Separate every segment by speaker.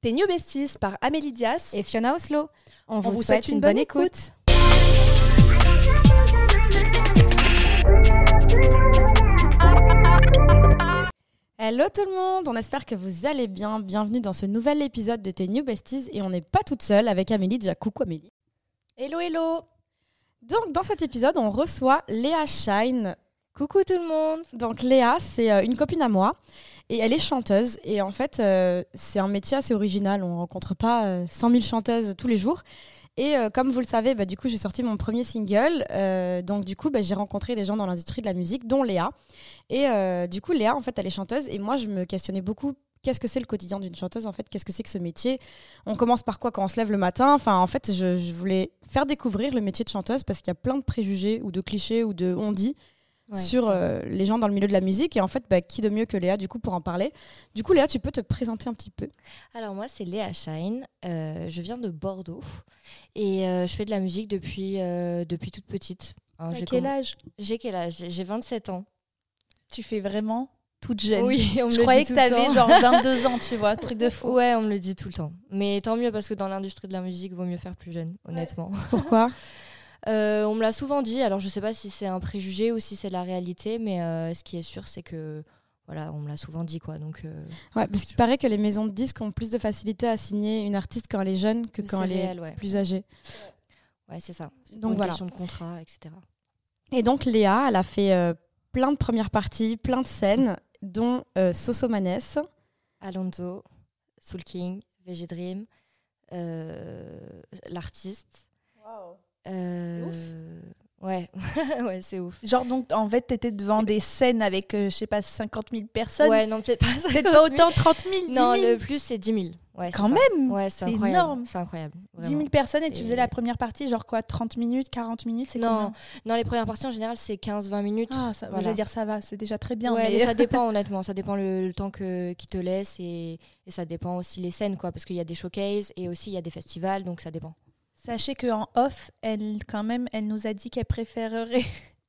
Speaker 1: Tes New Besties par Amélie Dias.
Speaker 2: et Fiona Oslo. On,
Speaker 1: vous souhaite une bonne écoute.
Speaker 2: Hello tout le monde, on espère que vous allez bien. Bienvenue dans ce nouvel épisode de Tes New Besties et on n'est pas toute seule avec Amélie. Déjà, coucou Amélie.
Speaker 1: Hello, hello
Speaker 2: Donc, dans cet épisode, on reçoit Léa Shine. Coucou tout le monde. Donc, Léa, c'est euh, une copine à moi et elle est chanteuse. Et en fait, euh, c'est un métier assez original. On rencontre pas euh, 100 000 chanteuses tous les jours. Et euh, comme vous le savez, bah, du coup, j'ai sorti mon premier single. Euh, donc, du coup, bah, j'ai rencontré des gens dans l'industrie de la musique, dont Léa. Et euh, du coup, Léa, en fait, elle est chanteuse. Et moi, je me questionnais beaucoup. Qu'est-ce que c'est le quotidien d'une chanteuse En fait, qu'est-ce que c'est que ce métier On commence par quoi quand on se lève le matin Enfin, en fait, je, je voulais faire découvrir le métier de chanteuse parce qu'il y a plein de préjugés ou de clichés ou de on dit sur euh, les gens dans le milieu de la musique. Et en fait, bah, qui de mieux que Léa, du coup, pour en parler Du coup, Léa, tu peux te présenter un petit peu
Speaker 3: Alors moi, c'est Léa Shine. Euh, je viens de Bordeaux et euh, je fais de la musique depuis, euh, depuis toute petite. Hein,
Speaker 4: À
Speaker 3: j'ai
Speaker 4: quel
Speaker 3: comm-
Speaker 4: âge
Speaker 3: J'ai quel âge J'ai- J'ai 27 ans.
Speaker 4: Tu fais vraiment toute jeune.
Speaker 3: Oui, on me
Speaker 4: Je
Speaker 3: le
Speaker 4: croyais
Speaker 3: dit
Speaker 4: que
Speaker 3: tout le
Speaker 4: t'avais
Speaker 3: temps.
Speaker 4: genre 22 ans, tu vois, truc de fou.
Speaker 3: Ouais, on me le dit tout le temps. Mais tant mieux parce que dans l'industrie de la musique, vaut mieux faire plus jeune, honnêtement.
Speaker 2: Pourquoi
Speaker 3: Euh, on me l'a souvent dit, alors je sais pas si c'est un préjugé ou si c'est la réalité, mais euh, ce qui est sûr, c'est que voilà, on me l'a souvent dit quoi. Donc euh,
Speaker 2: ouais, Parce qu'il paraît que les maisons de disques ont plus de facilité à signer une artiste quand elle est jeune que
Speaker 3: Mais
Speaker 2: quand
Speaker 3: c'est
Speaker 2: elle est
Speaker 3: réel, ouais.
Speaker 2: plus âgée.
Speaker 3: ouais, c'est ça.
Speaker 2: Donc
Speaker 3: Une
Speaker 2: voilà.
Speaker 3: question de contrat, etc.
Speaker 2: Et donc Léa, elle a fait euh, plein de premières parties, plein de scènes, dont euh, Sosomanes.
Speaker 3: Alonso, Soul King, VG Dream, euh, l'artiste. Euh, Ouais, ouais, c'est ouf.
Speaker 4: Genre, donc, en fait, t'étais devant des scènes avec, euh, je sais pas, 50 000 personnes.
Speaker 3: Ouais, non, peut-être pas ça.
Speaker 4: Peut-être pas autant 30 000, 10 000.
Speaker 3: Non, le plus, c'est 10 000. Ouais,
Speaker 4: Quand
Speaker 3: c'est ça.
Speaker 4: même
Speaker 3: Ouais, c'est
Speaker 4: c'est
Speaker 3: incroyable.
Speaker 4: énorme.
Speaker 3: C'est incroyable.
Speaker 4: 10
Speaker 3: vraiment.
Speaker 4: 000 personnes et tu faisais
Speaker 3: Et-
Speaker 4: la première partie, genre quoi, 30 minutes, 40 minutes, c'est
Speaker 3: Non,
Speaker 4: combien
Speaker 3: non, les premières parties, en général, c'est 15-20 minutes.
Speaker 4: Ah, ça,
Speaker 3: Voilà.
Speaker 4: j'allais dire ça va, c'est déjà très bien.
Speaker 3: ouais,
Speaker 4: mais-
Speaker 3: mais ça dépend honnêtement, ça dépend le, le temps que qui te laisse et, et ça dépend aussi les scènes quoi, parce qu'il y a des showcases et aussi il y a des festivals, donc ça dépend.
Speaker 4: Sachez qu'en off, elle, quand même, elle nous a dit qu'elle préférerait...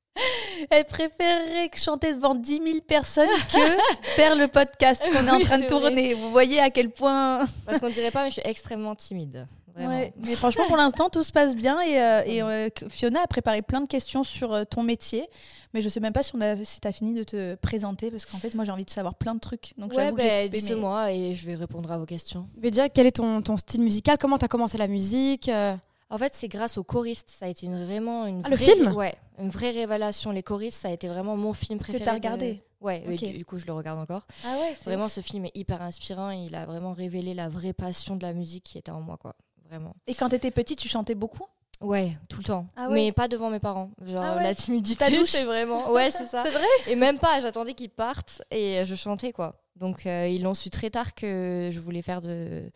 Speaker 4: Elle préférerait que chanter devant 10 000 personnes que faire le podcast qu'on est en
Speaker 3: Oui,
Speaker 4: train de
Speaker 3: c'est vrai.
Speaker 4: tourner. Vous voyez à quel point...
Speaker 3: Parce qu'on dirait pas, mais je suis extrêmement timide. Vraiment.
Speaker 4: Ouais, mais franchement, pour l'instant, tout se passe bien et, euh, et, euh, que- Fiona a préparé plein de questions sur euh, ton métier, mais je sais même pas si, on a, si tu as fini de te présenter parce qu'en fait, moi, j'ai envie de savoir plein de trucs. Donc,
Speaker 3: ouais,
Speaker 4: j'avoue que j'ai
Speaker 3: bah,
Speaker 4: coupé mes-
Speaker 3: dites-moi et je vais répondre à vos questions.
Speaker 2: Mais déjà, quel est ton, ton style musical Comment t'as commencé la musique Euh,
Speaker 3: En fait, c'est grâce aux choristes. Ça a été une- vraiment une
Speaker 2: Ah, le
Speaker 3: vraie,
Speaker 2: film
Speaker 3: ouais, une vraie révélation. Les choristes, ça a été vraiment mon film
Speaker 4: que
Speaker 3: préféré.
Speaker 4: tu as
Speaker 3: de-
Speaker 4: regardé.
Speaker 3: Ouais, mais
Speaker 4: Ok.
Speaker 3: du, du coup, je le regarde encore.
Speaker 4: Ah ouais,
Speaker 3: Vraiment, ce film est hyper inspirant. et Il a vraiment révélé la vraie passion de la musique qui était en moi, quoi. Vraiment.
Speaker 4: Et quand tu étais petite, tu chantais beaucoup
Speaker 3: Ouais, tout le temps.
Speaker 4: Ah ouais.
Speaker 3: Mais pas devant mes parents. Genre,
Speaker 4: Ah ouais.
Speaker 3: la timidité,
Speaker 4: Ta douche.
Speaker 3: c'est vraiment. Ouais, c'est ça.
Speaker 4: vrai
Speaker 3: et même pas. J'attendais qu'ils partent et je chantais, quoi. Donc, euh, ils l'ont su très tard que je voulais faire de,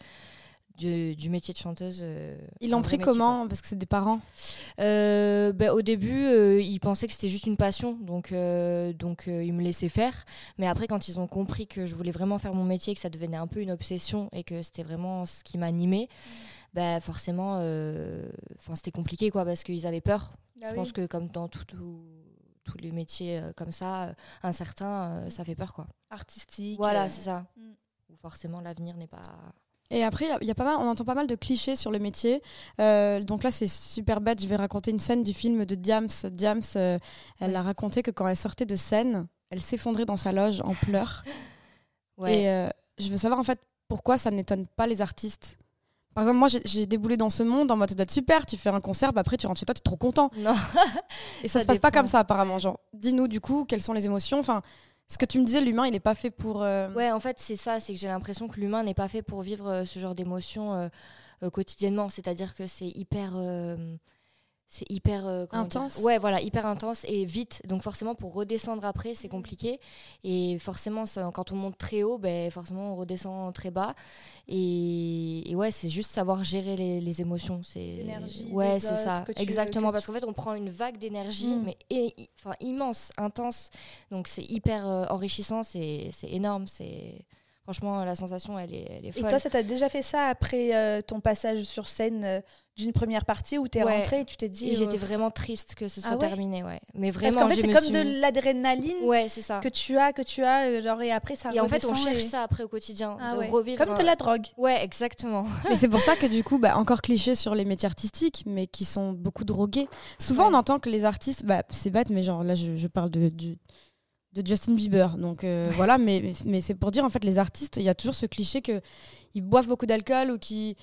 Speaker 3: du- du métier de chanteuse. euh,
Speaker 2: Ils
Speaker 3: un
Speaker 2: l'ont pris
Speaker 3: vrai métier, quoi.
Speaker 2: comment Parce que c'est des parents.
Speaker 3: Euh, ben, au début, euh, ils pensaient que c'était juste une passion, donc, euh, donc euh, ils me laissaient faire. Mais après, quand ils ont compris que je voulais vraiment faire mon métier, que ça devenait un peu une obsession et que c'était vraiment ce qui m'animait, ben, forcément, euh, 'fin, c'était compliqué quoi, parce qu'ils avaient peur.
Speaker 4: Ah
Speaker 3: je pense que comme dans tout- tout- tous les métiers euh, comme ça, euh, incertain, euh, ça fait peur. quoi.
Speaker 4: Artistique.
Speaker 3: Voilà,
Speaker 4: euh,
Speaker 3: c'est ça.
Speaker 4: Mm.
Speaker 3: Ou forcément, l'avenir n'est pas...
Speaker 2: Et après, il y a- il y a pas mal, on entend pas mal de clichés sur le métier. Euh, donc là, c'est super bête. Je vais raconter une scène du film de Diams. Diams, euh, elle a raconté que quand elle sortait de scène, elle s'effondrait dans sa loge en pleurs.
Speaker 3: Ouais.
Speaker 2: Et euh, je veux savoir en fait pourquoi ça n'étonne pas les artistes. Par exemple, moi, j'ai- j'ai déboulé dans ce monde en mode ça doit être super. Tu fais un concert, bah après tu rentres chez toi, t'es trop content.
Speaker 3: Non.
Speaker 2: Et ça,
Speaker 3: Ça
Speaker 2: se passe pas
Speaker 3: dépend.
Speaker 2: comme ça apparemment. Genre, dis-nous du coup quelles sont les émotions. Enfin, ce que tu me disais, l'humain, il est pas fait pour. euh,
Speaker 3: Ouais, en fait, c'est ça, c'est que j'ai l'impression que l'humain n'est pas fait pour vivre euh, ce genre d'émotions euh, euh, quotidiennement. C'est-à-dire que c'est hyper. euh, c'est hyper. euh, comment dire
Speaker 2: Intense.
Speaker 3: Ouais, voilà, hyper intense et vite. Donc, forcément, pour redescendre après,
Speaker 4: Mmh.
Speaker 3: c'est compliqué. Et forcément, ça- quand on monte très haut, ben, forcément, on redescend très bas. Et, et ouais, c'est juste savoir gérer les, les émotions. C'est
Speaker 4: L'énergie
Speaker 3: Ouais,
Speaker 4: des
Speaker 3: c'est
Speaker 4: autres
Speaker 3: ça.
Speaker 4: que tu-
Speaker 3: Exactement.
Speaker 4: que
Speaker 3: Parce
Speaker 4: tu-
Speaker 3: qu'en fait, on prend une vague d'énergie,
Speaker 4: Mm.
Speaker 3: mais é- i- enfin, immense, intense. Donc c'est hyper euh, enrichissant, c'est c'est énorme, c'est franchement la sensation elle est, elle est
Speaker 4: Et
Speaker 3: folle.
Speaker 4: toi, ça t'a déjà fait ça après euh, ton passage sur scène euh, d'une première partie où t'es
Speaker 3: Ouais.
Speaker 4: rentrée et tu t'es dit.
Speaker 3: Et j'étais
Speaker 4: euh,
Speaker 3: vraiment triste que ce soit
Speaker 4: Ah ouais
Speaker 3: terminé, ouais. Mais
Speaker 4: Parce
Speaker 3: vraiment, hein,
Speaker 4: qu'en fait,
Speaker 3: je
Speaker 4: c'est
Speaker 3: me
Speaker 4: comme
Speaker 3: suis mis-
Speaker 4: de l'adrénaline
Speaker 3: Ouais, c'est ça.
Speaker 4: que tu as, que tu as, euh, genre, et après, ça
Speaker 3: Et en fait, on
Speaker 4: redescend
Speaker 3: cherche
Speaker 4: et-
Speaker 3: ça après au quotidien,
Speaker 4: Ah
Speaker 3: de
Speaker 4: ouais.
Speaker 3: revivre. euh,
Speaker 4: Comme
Speaker 3: un-
Speaker 4: de la drogue.
Speaker 3: Ouais, exactement.
Speaker 2: Mais c'est pour ça que du coup, bah, encore cliché sur les métiers artistiques, mais qui sont beaucoup drogués. Souvent,
Speaker 3: Ouais.
Speaker 2: on entend que les artistes, bah, c'est bête, mais genre là, je, je parle de, du- de Justin Bieber. Donc euh, voilà, mais, mais- mais c'est pour dire, en fait, les artistes, il y a toujours ce cliché que ils boivent beaucoup d'alcool ou qui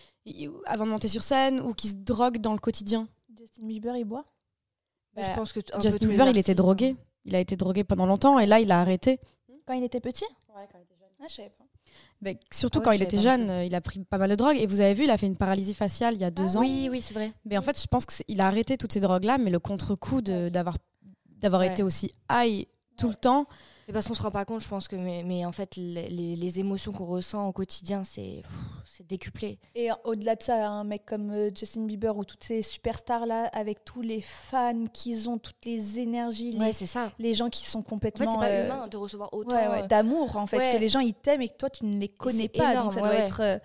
Speaker 2: avant de monter sur scène ou qui se droguent dans le quotidien.
Speaker 4: Justin Bieber, il boit. Bah,
Speaker 3: je pense que t- un peu tous
Speaker 2: Justin
Speaker 3: les
Speaker 2: Bieber, il était
Speaker 3: artistes, hein.
Speaker 2: drogué. Il a été drogué pendant longtemps et là, il a arrêté.
Speaker 3: Hmm.
Speaker 4: Quand il était petit Ah, je savais pas.
Speaker 2: Bah, surtout
Speaker 3: Ah ouais,
Speaker 2: quand
Speaker 3: je
Speaker 2: il était
Speaker 3: savais pas non
Speaker 2: jeune, euh, il a pris pas mal de drogues. Et vous avez vu, il a fait une paralysie faciale il y a deux ans.
Speaker 3: hein. Oui, oui, c'est vrai.
Speaker 2: Mais en fait, je pense qu'il a arrêté toutes ces drogues-là, mais le contre-coup de- d'avoir d'avoir
Speaker 3: Ouais.
Speaker 2: été aussi high tout le temps,
Speaker 3: Mais parce qu'on se rend pas compte, je pense que. Mais, mais en fait, les, les- les émotions qu'on ressent au quotidien, c'est pff, c'est décuplé.
Speaker 4: Et au-delà de ça, un mec comme euh, Justin Bieber ou toutes ces superstars là, avec tous les fans qu'ils ont, toutes les énergies, les-
Speaker 3: Ouais, c'est ça.
Speaker 4: les, gens qui sont
Speaker 3: En fait,
Speaker 4: complètement
Speaker 3: c'est pas
Speaker 4: euh,
Speaker 3: humain de recevoir autant.
Speaker 4: ouais, ouais,
Speaker 3: euh,
Speaker 4: d'amour en fait,
Speaker 3: ouais.
Speaker 4: que les gens ils t'aiment et que toi tu ne les connais
Speaker 3: c'est
Speaker 4: pas.
Speaker 3: énorme,
Speaker 4: donc ça
Speaker 3: ouais,
Speaker 4: doit
Speaker 3: ouais.
Speaker 4: être euh,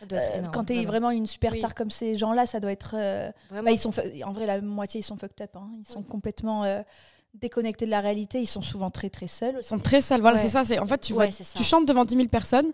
Speaker 3: ça doit être
Speaker 4: euh,
Speaker 3: énorme,
Speaker 4: quand t'es
Speaker 3: non, non.
Speaker 4: vraiment une superstar comme ces gens là, ça doit être. euh,
Speaker 3: Vraiment.
Speaker 4: bah, ils sont fu- en vrai la moitié ils sont fucked up, hein. ils sont complètement euh, déconnectés de la réalité, ils sont souvent très très seuls.
Speaker 2: ils sont très sales. Voilà,
Speaker 3: Ouais.
Speaker 2: c'est ça. C'est en fait, tu
Speaker 3: Ouais,
Speaker 2: vois,
Speaker 3: c'est ça.
Speaker 2: tu chantes devant 10 000 personnes,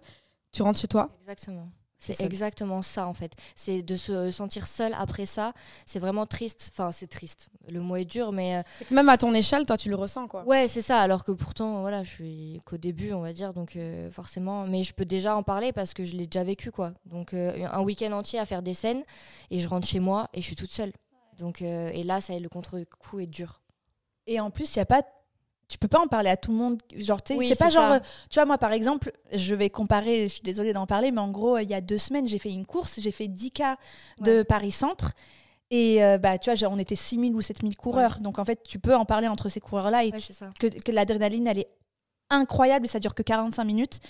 Speaker 2: tu rentres chez toi.
Speaker 3: Exactement. C'est
Speaker 2: ça.
Speaker 3: exactement ça en fait. C'est de se sentir seul après ça. C'est vraiment triste. Enfin, c'est triste. Le mot est dur, mais euh,
Speaker 2: Même à ton échelle, toi, tu le ressens, quoi.
Speaker 3: ouais, c'est ça. Alors que pourtant, voilà, je suis qu'au début, on va dire. Donc euh, forcément, mais je peux déjà en parler parce que je l'ai déjà vécu, quoi. Donc euh, un week-end entier à faire des scènes et je rentre chez moi et je suis toute seule. Donc euh, et là, ça le contre-coup est dur.
Speaker 4: Et en plus, il y a pas tu peux pas en parler à tout le monde, genre tu sais,
Speaker 3: Oui,
Speaker 4: c'est pas
Speaker 3: c'est
Speaker 4: genre
Speaker 3: ça.
Speaker 4: euh, tu vois moi par exemple, je vais comparer, je suis désolée d'en parler mais en gros euh, il y a deux semaines, j'ai fait une course, j'ai fait 10 k de
Speaker 3: Ouais.
Speaker 4: Paris Centre et euh, bah tu vois, j'ai- on était 6000 ou 7000 coureurs. Donc en fait, tu peux en parler entre ces coureurs là et
Speaker 3: Ouais, c'est ça.
Speaker 4: que, que l'adrénaline elle est incroyable et ça dure que 45 minutes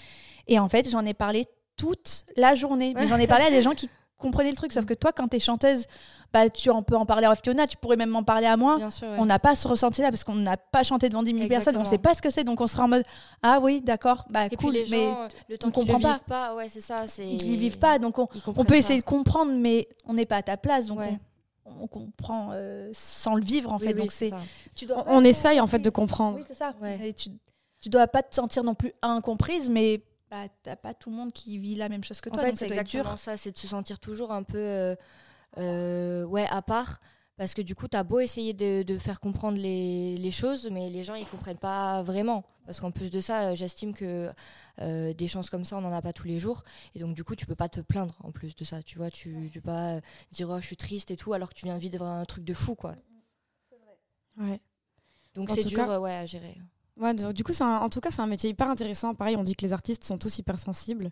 Speaker 4: et en fait, j'en ai parlé toute la journée. Mais j'en ai parlé à des gens qui comprenaient le truc sauf que toi quand tu es chanteuse, bah tu en peux en parler à Fiona, tu pourrais même m'en parler à moi.
Speaker 3: Bien sûr. ouais.
Speaker 4: On n'a pas ce ressenti-là parce qu'on n'a pas chanté devant 10 000 personnes, on ne sait
Speaker 3: Exactement.
Speaker 4: pas ce que c'est, donc on sera en mode Ah oui, d'accord, bah
Speaker 3: Et
Speaker 4: cool,
Speaker 3: puis les gens,
Speaker 4: mais
Speaker 3: euh, le temps qu'ils le
Speaker 4: comprend
Speaker 3: vivent
Speaker 4: pas.
Speaker 3: pas. ouais, c'est ça. c'est-
Speaker 4: ils ne vivent pas, donc
Speaker 3: Ils
Speaker 4: on, on
Speaker 3: comprennent
Speaker 4: peut
Speaker 3: pas.
Speaker 4: essayer de comprendre, mais on n'est pas à ta place, donc
Speaker 3: Ouais.
Speaker 4: on, on comprend euh, sans le vivre en
Speaker 3: Oui,
Speaker 4: fait.
Speaker 3: oui,
Speaker 4: donc
Speaker 3: c'est
Speaker 4: c'est,
Speaker 3: ça.
Speaker 4: tu dois
Speaker 2: On,
Speaker 4: pas
Speaker 2: on
Speaker 4: te-
Speaker 2: essaye, en fait,
Speaker 4: oui,
Speaker 2: de
Speaker 4: c'est-
Speaker 2: comprendre.
Speaker 4: Oui, c'est ça.
Speaker 3: Ouais.
Speaker 4: Et tu ne dois pas te sentir non plus incomprise, mais bah, t'as pas tout le monde qui vit la même chose que
Speaker 3: En
Speaker 4: toi,
Speaker 3: fait,
Speaker 4: donc
Speaker 3: c'est
Speaker 4: ça doit être
Speaker 3: exactement
Speaker 4: dur.
Speaker 3: ça, c'est de se sentir toujours un peu euh, euh, ouais, à part. Parce que du coup, t'as beau essayer de, de faire comprendre les, les choses, mais les gens, ils comprennent pas vraiment. Parce qu'en plus de ça, euh, j'estime que euh, des chances comme ça, on n'en a pas tous les jours. Et donc, du coup, tu peux pas te plaindre en plus de ça. Tu vois, tu, tu peux pas euh, dire, oh, je suis triste et tout, alors que tu viens de vivre un truc de fou, quoi.
Speaker 2: Ouais.
Speaker 3: Donc,
Speaker 2: En
Speaker 3: c'est
Speaker 2: tout
Speaker 3: dur
Speaker 2: cas-
Speaker 3: euh, ouais, à gérer.
Speaker 2: Ouais, donc, du coup, c'est un- en tout cas, c'est un métier hyper intéressant. Pareil, on dit que les artistes sont tous hyper sensibles.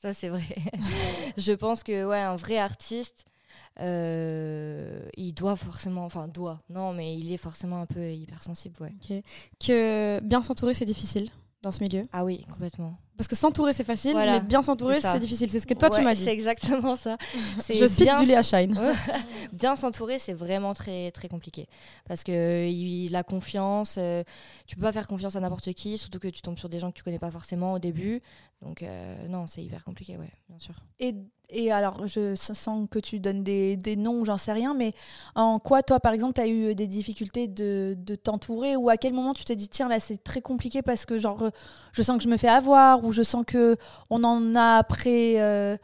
Speaker 3: Ça, c'est vrai. je pense que ouais, un vrai artiste, euh, il doit forcément, enfin doit, non, mais il est forcément un peu hypersensible, ouais.
Speaker 2: Que bien s'entourer, c'est difficile dans ce milieu.
Speaker 3: Ah oui, complètement.
Speaker 2: Parce que s'entourer, c'est facile, mais
Speaker 3: Voilà.
Speaker 2: bien s'entourer,
Speaker 3: C'est ça.
Speaker 2: c'est difficile. C'est ce que toi, tu
Speaker 3: Ouais,
Speaker 2: m'as
Speaker 3: C'est
Speaker 2: dit.
Speaker 3: exactement ça. C'est
Speaker 2: Je cite
Speaker 3: bien
Speaker 2: du Léa Shine.
Speaker 3: bien s'entourer, c'est vraiment très très compliqué parce que euh, il- la confiance, euh, tu peux pas faire confiance à n'importe qui, surtout que tu tombes sur des gens que tu connais pas forcément au début. Donc euh, non, c'est hyper compliqué, ouais, bien sûr.
Speaker 4: Et, et alors, je sens que tu donnes des, des noms, j'en sais rien, mais en quoi, toi, par exemple, tu as eu euh, des difficultés de, de t'entourer ou à quel moment tu t'es dit, tiens, là, c'est très compliqué parce que, genre, euh, je sens que je me fais avoir ou je sens que on en a après. euh,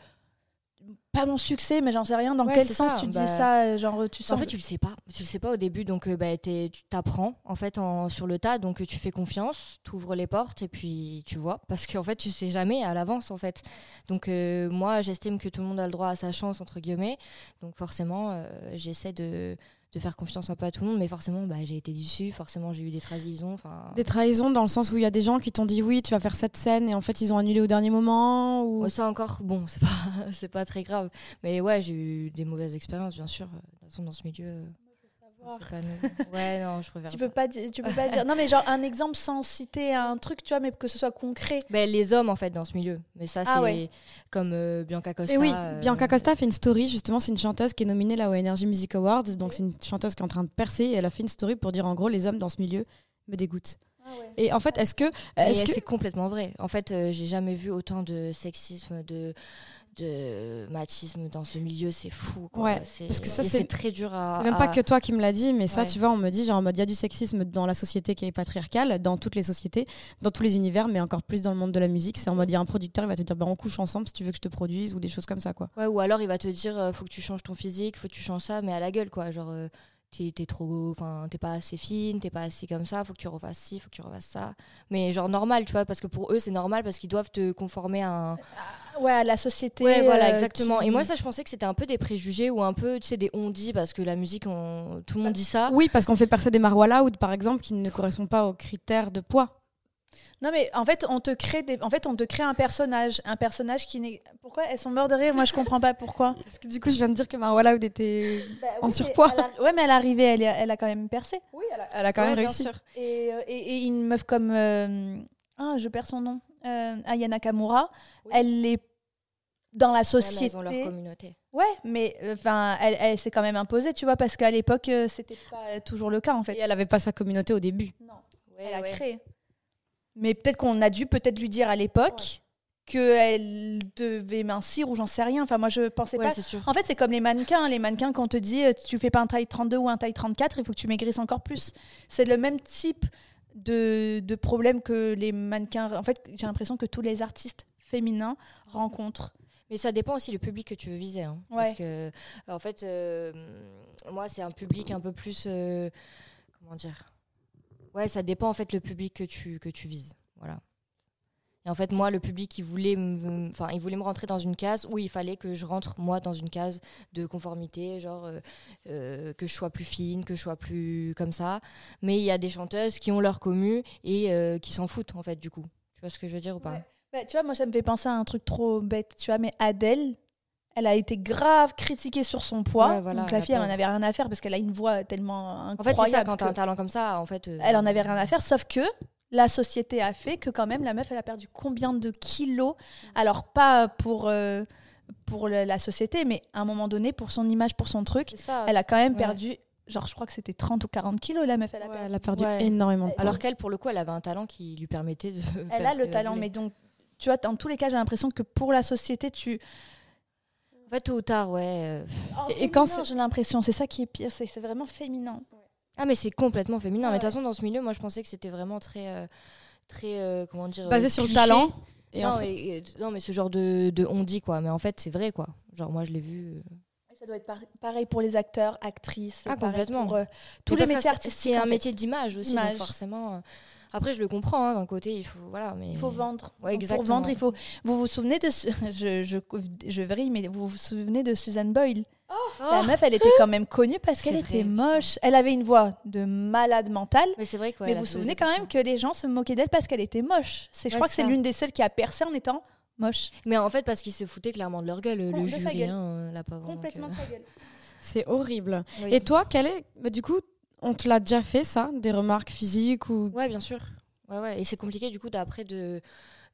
Speaker 4: pas mon succès, mais j'en sais rien. Dans
Speaker 3: Ouais,
Speaker 4: quel
Speaker 3: c'est
Speaker 4: sens
Speaker 3: ça,
Speaker 4: tu te
Speaker 3: bah,
Speaker 4: dis ça euh, Genre, tu sens.
Speaker 3: En fait, tu le sais pas. Tu le sais pas au début, donc euh, bah, t'es- tu t'apprends en fait en- sur le tas, donc euh, tu fais confiance, tu ouvres les portes et puis tu vois, parce qu'en fait, tu sais jamais à l'avance en fait. Donc euh, moi, j'estime que tout le monde a le droit à sa chance entre guillemets, donc forcément, euh, j'essaie de de faire confiance un peu à tout le monde, mais forcément, bah, j'ai été déçue, forcément, j'ai eu des trahisons, enfin.
Speaker 2: Des trahisons dans le sens où il y a des gens qui t'ont dit oui, tu vas faire cette scène et en fait ils ont annulé au dernier moment ou
Speaker 3: Ouais, oh, Ça encore, bon, c'est pas, c'est pas très grave. Mais ouais, j'ai eu des mauvaises expériences, bien sûr. De toute façon, dans ce milieu, euh, c'est pas nous. Ouais, non, je préfère.
Speaker 4: tu
Speaker 3: pas.
Speaker 4: peux pas, di- tu peux pas dire. Non, mais genre un exemple sans citer un truc, tu vois, mais que ce soit concret.
Speaker 3: Ben, les hommes en fait dans ce milieu. Mais ça
Speaker 4: Ah
Speaker 3: c'est
Speaker 4: ouais.
Speaker 3: comme euh, Bianca Costa.
Speaker 2: Mais oui,
Speaker 3: euh,
Speaker 2: Bianca Costa fait une story justement, c'est une chanteuse qui est nominée là aux Energy Music Awards, donc c'est une chanteuse qui est en train de percer et elle a fait une story pour dire en gros les hommes dans ce milieu me dégoûtent.
Speaker 3: Ah
Speaker 2: Et en fait, est-ce que
Speaker 3: et
Speaker 2: est-ce
Speaker 3: elle,
Speaker 2: que
Speaker 3: c'est complètement vrai. En fait, euh, j'ai jamais vu autant de sexisme, de de machisme dans ce milieu, c'est fou. Quoi.
Speaker 2: Ouais,
Speaker 3: C'est-
Speaker 2: parce que ça,
Speaker 3: et
Speaker 2: c'est-
Speaker 3: c'est très dur à.
Speaker 2: C'est même pas
Speaker 3: à-
Speaker 2: que toi qui me l'as dit, mais ça,
Speaker 3: Ouais.
Speaker 2: tu vois, on me dit, genre, en mode, il y a du sexisme dans la société qui est patriarcale, dans toutes les sociétés, dans tous les univers, mais encore plus dans le monde de la musique. C'est en mode, il y a un producteur, il va te dire, bah, on couche ensemble si tu veux que je te produise, ou des choses comme ça, quoi.
Speaker 3: Ouais, ou alors il va te dire euh, faut que tu changes ton physique, faut que tu changes ça, mais à la gueule quoi. Genre euh, t'es t'es trop, enfin t'es pas assez fine, t'es pas assez comme ça, faut que tu refasses ci, faut que tu refasses ça. Mais genre normal, tu vois, parce que pour eux c'est normal parce qu'ils doivent te conformer à un.
Speaker 4: Ouais, à la société.
Speaker 3: Ouais, voilà,
Speaker 4: euh,
Speaker 3: exactement.
Speaker 4: qui-
Speaker 3: Et moi ça, je pensais que c'était un peu des préjugés ou un peu, tu sais, des on-dit parce que la musique, on... tout le monde dit ça.
Speaker 2: Oui, parce qu'on fait percer des marois loud, par exemple, qui ne correspondent pas aux critères de poids.
Speaker 4: Non mais en fait on te crée des... en fait on te crée un personnage, un personnage qui n'est pourquoi elles sont mortes de rire moi je comprends pas pourquoi.
Speaker 2: Parce que du coup, je viens de dire que marois loud était. En
Speaker 4: mais
Speaker 2: surpoids.
Speaker 4: à la- Ouais mais à l'arrivée elle, est- elle a quand même percé.
Speaker 2: Oui, elle a, elle a quand même réussi.
Speaker 4: Et, euh, et- et une meuf comme euh, ah je perds son nom euh, Ayana Kamura,
Speaker 3: Oui.
Speaker 4: elle est dans
Speaker 3: Ouais,
Speaker 4: la
Speaker 3: mais
Speaker 4: société.
Speaker 3: elles ont leur communauté.
Speaker 4: Ouais, mais euh, enfin, elle, elle s'est quand même imposée, tu vois, parce qu'à l'époque, euh, c'était pas toujours le cas, en
Speaker 2: Et
Speaker 4: fait.
Speaker 2: elle avait pas sa communauté au début.
Speaker 4: Non,
Speaker 3: Ouais,
Speaker 4: elle a
Speaker 3: ouais.
Speaker 4: créé. Mais peut-être qu'on a dû peut-être lui dire à l'époque qu'elle devait mincir ou j'en sais rien. Enfin, moi, je pensais
Speaker 3: Ouais,
Speaker 4: pas.
Speaker 3: c'est sûr.
Speaker 4: En fait, c'est comme les mannequins. Les mannequins, quand on te dit euh, tu fais pas un taille 32 ou un taille 34, il faut que tu maigrisses encore plus. C'est le même type de, de problème que les mannequins. En fait, j'ai l'impression que tous les artistes féminins rencontrent.
Speaker 3: Mais ça dépend aussi du public que tu veux viser. hein. Parce
Speaker 4: Ouais.
Speaker 3: que, en fait, euh, moi, c'est un public un peu plus. euh, comment dire Ouais, ça dépend en fait le public que tu, que tu vises. Voilà. Et en fait, moi, le public, il voulait, me- enfin, il voulait me rentrer dans une case où il fallait que je rentre, moi, dans une case de conformité, genre euh, euh, que je sois plus fine, que je sois plus comme ça. Mais il y a des chanteuses qui ont leur commu et euh, qui s'en foutent, en fait, du coup. Tu vois ce que je veux dire ou pas
Speaker 4: Ouais. Bah, tu vois, moi, ça me fait penser à un truc trop bête, tu vois, mais Adèle. Elle a été grave critiquée sur son poids.
Speaker 3: Ouais, voilà,
Speaker 4: Donc la
Speaker 3: la
Speaker 4: fille, elle en
Speaker 3: pauvre.
Speaker 4: avait rien à faire parce qu'elle a une voix tellement
Speaker 3: En fait,
Speaker 4: incroyable.
Speaker 3: c'est ça, quand t'as un
Speaker 4: que-
Speaker 3: talent comme ça, en fait. euh,
Speaker 4: Elle en avait rien à faire, sauf que la société a fait que quand même la meuf, elle a perdu combien de kilos Alors pas pour, euh, pour le- la société, mais à un moment donné, pour son image, pour son truc,
Speaker 3: C'est ça.
Speaker 4: elle a quand même
Speaker 3: Ouais.
Speaker 4: perdu, genre je crois que c'était 30 ou 40 kilos la meuf. Elle a,
Speaker 2: Ouais,
Speaker 4: perdu.
Speaker 2: elle a perdu
Speaker 3: Ouais.
Speaker 2: énormément de poids.
Speaker 3: Alors qu'elle, pour le coup, elle avait un talent qui lui permettait de.
Speaker 4: Elle
Speaker 3: faire
Speaker 4: a
Speaker 3: ce
Speaker 4: le
Speaker 3: qu'elle
Speaker 4: talent,
Speaker 3: voulait.
Speaker 4: mais donc... Tu vois, dans tous les cas, j'ai l'impression que pour la société, tu.
Speaker 3: En fait, tôt ou tard, ouais. euh,
Speaker 2: Et- et quand
Speaker 4: Féminin,
Speaker 2: c'est-
Speaker 4: j'ai l'impression, c'est ça qui est pire, c'est c'est vraiment féminin.
Speaker 3: Ah, mais c'est complètement féminin.
Speaker 4: Ah
Speaker 3: mais de
Speaker 4: ouais.
Speaker 3: toute façon, dans ce milieu, moi, je pensais que c'était vraiment très. euh, très. euh, comment dire.
Speaker 2: basée
Speaker 3: euh,
Speaker 2: sur le
Speaker 3: cliché.
Speaker 2: talent. Et
Speaker 3: non,
Speaker 2: en fait-
Speaker 3: et- et- non, mais ce genre de, de on dit, quoi. Mais en fait, c'est vrai, quoi. Genre, moi, je l'ai vu. euh.
Speaker 4: Ça doit être par- pareil pour les acteurs, actrices,
Speaker 3: Ah,
Speaker 4: pareil
Speaker 3: complètement.
Speaker 4: pour, euh, tous
Speaker 3: Mais
Speaker 4: les
Speaker 3: parce que
Speaker 4: métiers
Speaker 3: c'est-
Speaker 4: artistiques.
Speaker 3: C'est
Speaker 4: en
Speaker 3: un
Speaker 4: fait.
Speaker 3: métier d'image aussi, donc
Speaker 4: D'image.
Speaker 3: forcément. euh, Après, je le comprends, hein, d'un côté, il faut. Voilà, mais.
Speaker 4: Il faut vendre.
Speaker 3: Ouais,
Speaker 4: Donc,
Speaker 3: exactement.
Speaker 4: Pour vendre, il faut. Vous vous souvenez de. Su- Je, je, je vrille, mais vous vous souvenez de Susan Boyle La meuf, elle était quand même connue parce
Speaker 3: Oh. C'est
Speaker 4: qu'elle
Speaker 3: vrai,
Speaker 4: était
Speaker 3: putain.
Speaker 4: moche. Elle avait une voix de malade mentale.
Speaker 3: Mais c'est vrai, quoi.
Speaker 4: mais vous vous souvenez quand même que les gens se moquaient d'elle parce qu'elle était moche. C'est, je
Speaker 3: Ouais,
Speaker 4: crois que c'est
Speaker 3: ça.
Speaker 4: l'une des seules qui a percé en étant moche.
Speaker 3: Mais en fait, parce qu'ils se foutaient clairement de leur gueule,
Speaker 4: Bon,
Speaker 3: le
Speaker 4: de sa
Speaker 3: jury,
Speaker 4: gueule.
Speaker 3: hein, euh, la pauvre. donc,
Speaker 4: Complètement de sa gueule.
Speaker 2: c'est horrible.
Speaker 3: euh, oui.
Speaker 2: Et toi, quel est. bah, du coup, on te l'a déjà fait, ça Des remarques physiques ou.
Speaker 3: Ouais, bien sûr. Ouais, ouais. Et c'est compliqué du coup d'après de,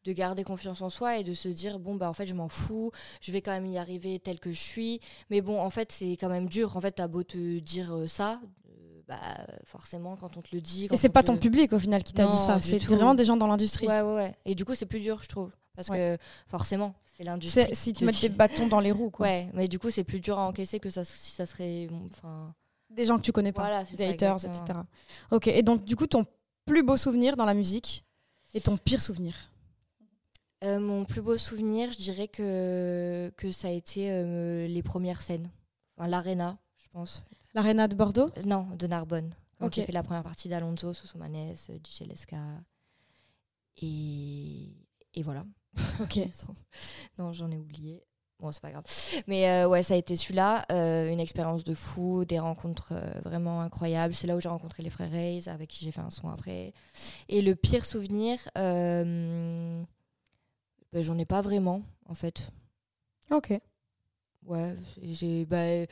Speaker 3: de garder confiance en soi et de se dire bon bah en fait je m'en fous, je vais quand même y arriver tel que je suis. Mais bon en fait c'est quand même dur. En fait t'as beau te dire euh, ça, euh, bah forcément quand on te le dit.
Speaker 2: Et
Speaker 3: quand
Speaker 2: c'est
Speaker 3: on
Speaker 2: pas
Speaker 3: te
Speaker 2: ton
Speaker 3: le-
Speaker 2: public au final qui t'a
Speaker 3: Non,
Speaker 2: dit ça.
Speaker 3: du
Speaker 2: C'est
Speaker 3: tout.
Speaker 2: vraiment des gens dans l'industrie.
Speaker 3: Ouais ouais ouais. Et du coup c'est plus dur je trouve parce que forcément c'est l'industrie.
Speaker 2: C'est si tu
Speaker 3: qui te
Speaker 2: mets des
Speaker 3: dit.
Speaker 2: bâtons dans les roues, quoi.
Speaker 3: Ouais, mais du coup c'est plus dur à encaisser que ça si ça serait enfin.
Speaker 2: Des gens que tu connais pas.
Speaker 3: Voilà, c'est
Speaker 2: des
Speaker 3: ça,
Speaker 2: haters,
Speaker 3: exactement.
Speaker 2: etc. Ok, et donc, du coup, ton plus beau souvenir dans la musique et ton pire souvenir
Speaker 3: Euh, mon plus beau souvenir, je dirais que, que ça a été euh, les premières scènes. Enfin, l'aréna, je pense.
Speaker 2: L'Arena de Bordeaux
Speaker 3: Euh, Non, de Narbonne. Quand
Speaker 2: Ok.
Speaker 3: j'ai fait la première partie d'Alonso, Sousomanes, euh, DJ Lesca. Et, et voilà.
Speaker 2: Ok.
Speaker 3: non, j'en ai oublié. Bon, c'est pas grave. Mais euh, ouais, ça a été celui-là. euh, une expérience de fou, des rencontres euh, vraiment incroyables. C'est là où j'ai rencontré les frères Reis, avec qui j'ai fait un son après. Et le pire souvenir, euh, ben, j'en ai pas vraiment, en fait.
Speaker 2: Ok.
Speaker 3: Ouais, j'ai- j'ai bah,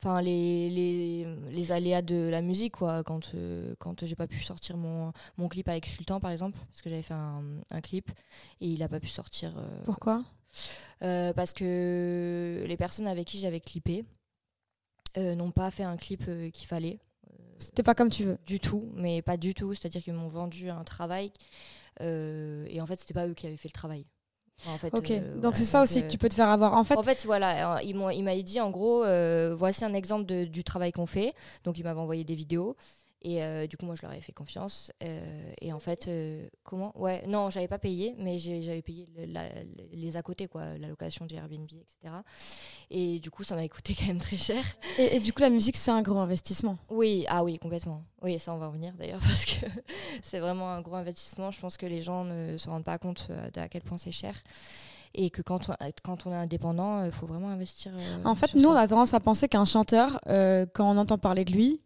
Speaker 3: enfin les, les les aléas de la musique quoi quand euh, quand j'ai pas pu sortir mon mon clip avec Sultan par exemple parce que j'avais fait un, un clip et il a pas pu sortir euh,
Speaker 2: Pourquoi
Speaker 3: euh, parce que les personnes avec qui j'avais clippé euh, n'ont pas fait un clip euh, qu'il fallait
Speaker 2: C'était pas comme tu veux.
Speaker 3: du tout, mais pas du tout. C'est-à-dire qu'ils m'ont vendu un travail euh, et en fait, c'était pas eux qui avaient fait le travail. Enfin, en fait,
Speaker 2: Ok,
Speaker 3: euh,
Speaker 2: donc
Speaker 3: voilà,
Speaker 2: c'est ça aussi
Speaker 3: euh,
Speaker 2: que tu peux te faire avoir. En fait,
Speaker 3: En fait, voilà, euh, il m'ont- il m'a dit en gros, euh, voici un exemple de- du travail qu'on fait. Donc, il m'avait envoyé des vidéos. Et euh, du coup, moi, je leur ai fait confiance. Euh, et en fait, euh, comment Ouais, non, j'avais pas payé, mais j'ai- j'avais payé le- la- les à côté, quoi, la location du Airbnb, etc. Et du coup, ça m'a coûté quand même très cher.
Speaker 2: et, et du coup, la musique, c'est un gros investissement.
Speaker 3: Oui, ah oui, complètement. Oui, ça, on va en venir d'ailleurs, parce que c'est vraiment un gros investissement. Je pense que les gens ne se rendent pas compte euh, de à quel point c'est cher. Et que quand on, quand on est indépendant, il faut vraiment investir. euh,
Speaker 2: En fait,
Speaker 3: sur
Speaker 2: nous,
Speaker 3: soi.
Speaker 2: on a tendance à penser qu'un chanteur, euh, quand on entend parler de lui,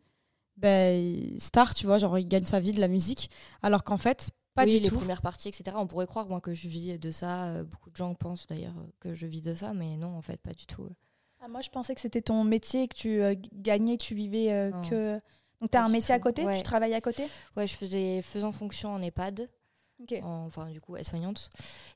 Speaker 2: ben, il- star, tu vois, genre, il gagne sa vie de la musique, alors qu'en fait, pas
Speaker 3: oui,
Speaker 2: du
Speaker 3: les
Speaker 2: tout.
Speaker 3: premières parties, etc. On pourrait croire, moi, que je vis de ça. Euh, Beaucoup de gens pensent d'ailleurs euh, que je vis de ça, mais non, en fait, pas du tout.
Speaker 4: Ah, moi, je pensais que c'était ton métier, que tu euh, gagnais, tu vivais euh,
Speaker 3: Non.
Speaker 4: que. Donc, tu as
Speaker 3: Pas
Speaker 4: un
Speaker 3: du
Speaker 4: métier à
Speaker 3: tout.
Speaker 4: côté
Speaker 3: Ouais.
Speaker 4: Tu travailles à côté
Speaker 3: Ouais, je faisais faisant fonction en EHPAD,
Speaker 4: Ok.
Speaker 3: en- enfin, du coup, aide-soignante.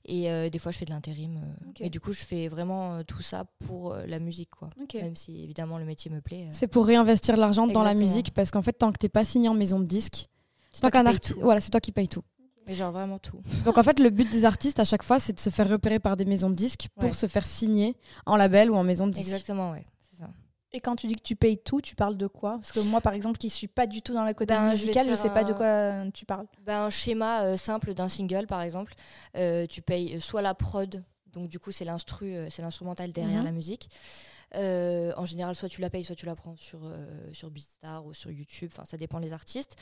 Speaker 3: Et euh, des fois, je fais de l'intérim. euh,
Speaker 4: Ok.
Speaker 3: Mais du coup, je fais vraiment euh, tout ça pour euh, la musique, quoi.
Speaker 4: Ok.
Speaker 3: Même si, évidemment, le métier me plaît. euh,
Speaker 2: C'est pour réinvestir l'argent dans la
Speaker 3: Exactement.
Speaker 2: musique, parce qu'en fait, tant que t'es pas signé en maison de disque,
Speaker 3: c'est
Speaker 2: tant
Speaker 3: toi qui
Speaker 2: qu'un
Speaker 3: paye
Speaker 2: artiste,
Speaker 3: tout.
Speaker 2: voilà, c'est toi qui paye tout.
Speaker 3: Mais genre vraiment tout.
Speaker 2: Donc en fait, le but des artistes à chaque fois, c'est de se faire repérer par des maisons de disques pour
Speaker 3: Ouais.
Speaker 2: se faire signer en label ou en maison de disques.
Speaker 3: Exactement, ouais. c'est ça.
Speaker 4: Et quand tu dis que tu payes tout, tu parles de quoi Parce que moi, par exemple, qui suis pas du tout dans la côté
Speaker 3: Ben, je vais te
Speaker 4: musicale, je
Speaker 3: faire
Speaker 4: sais pas de
Speaker 3: un-
Speaker 4: quoi euh, tu parles.
Speaker 3: Ben, un schéma euh, simple d'un single, par exemple, euh, tu payes soit la prod, donc du coup c'est l'instru, euh, c'est l'instrumental derrière
Speaker 4: Mhm.
Speaker 3: la musique. Euh, en général, soit tu la payes, soit tu la prends sur, euh, sur Beatstar ou sur YouTube, enfin, ça dépend des artistes.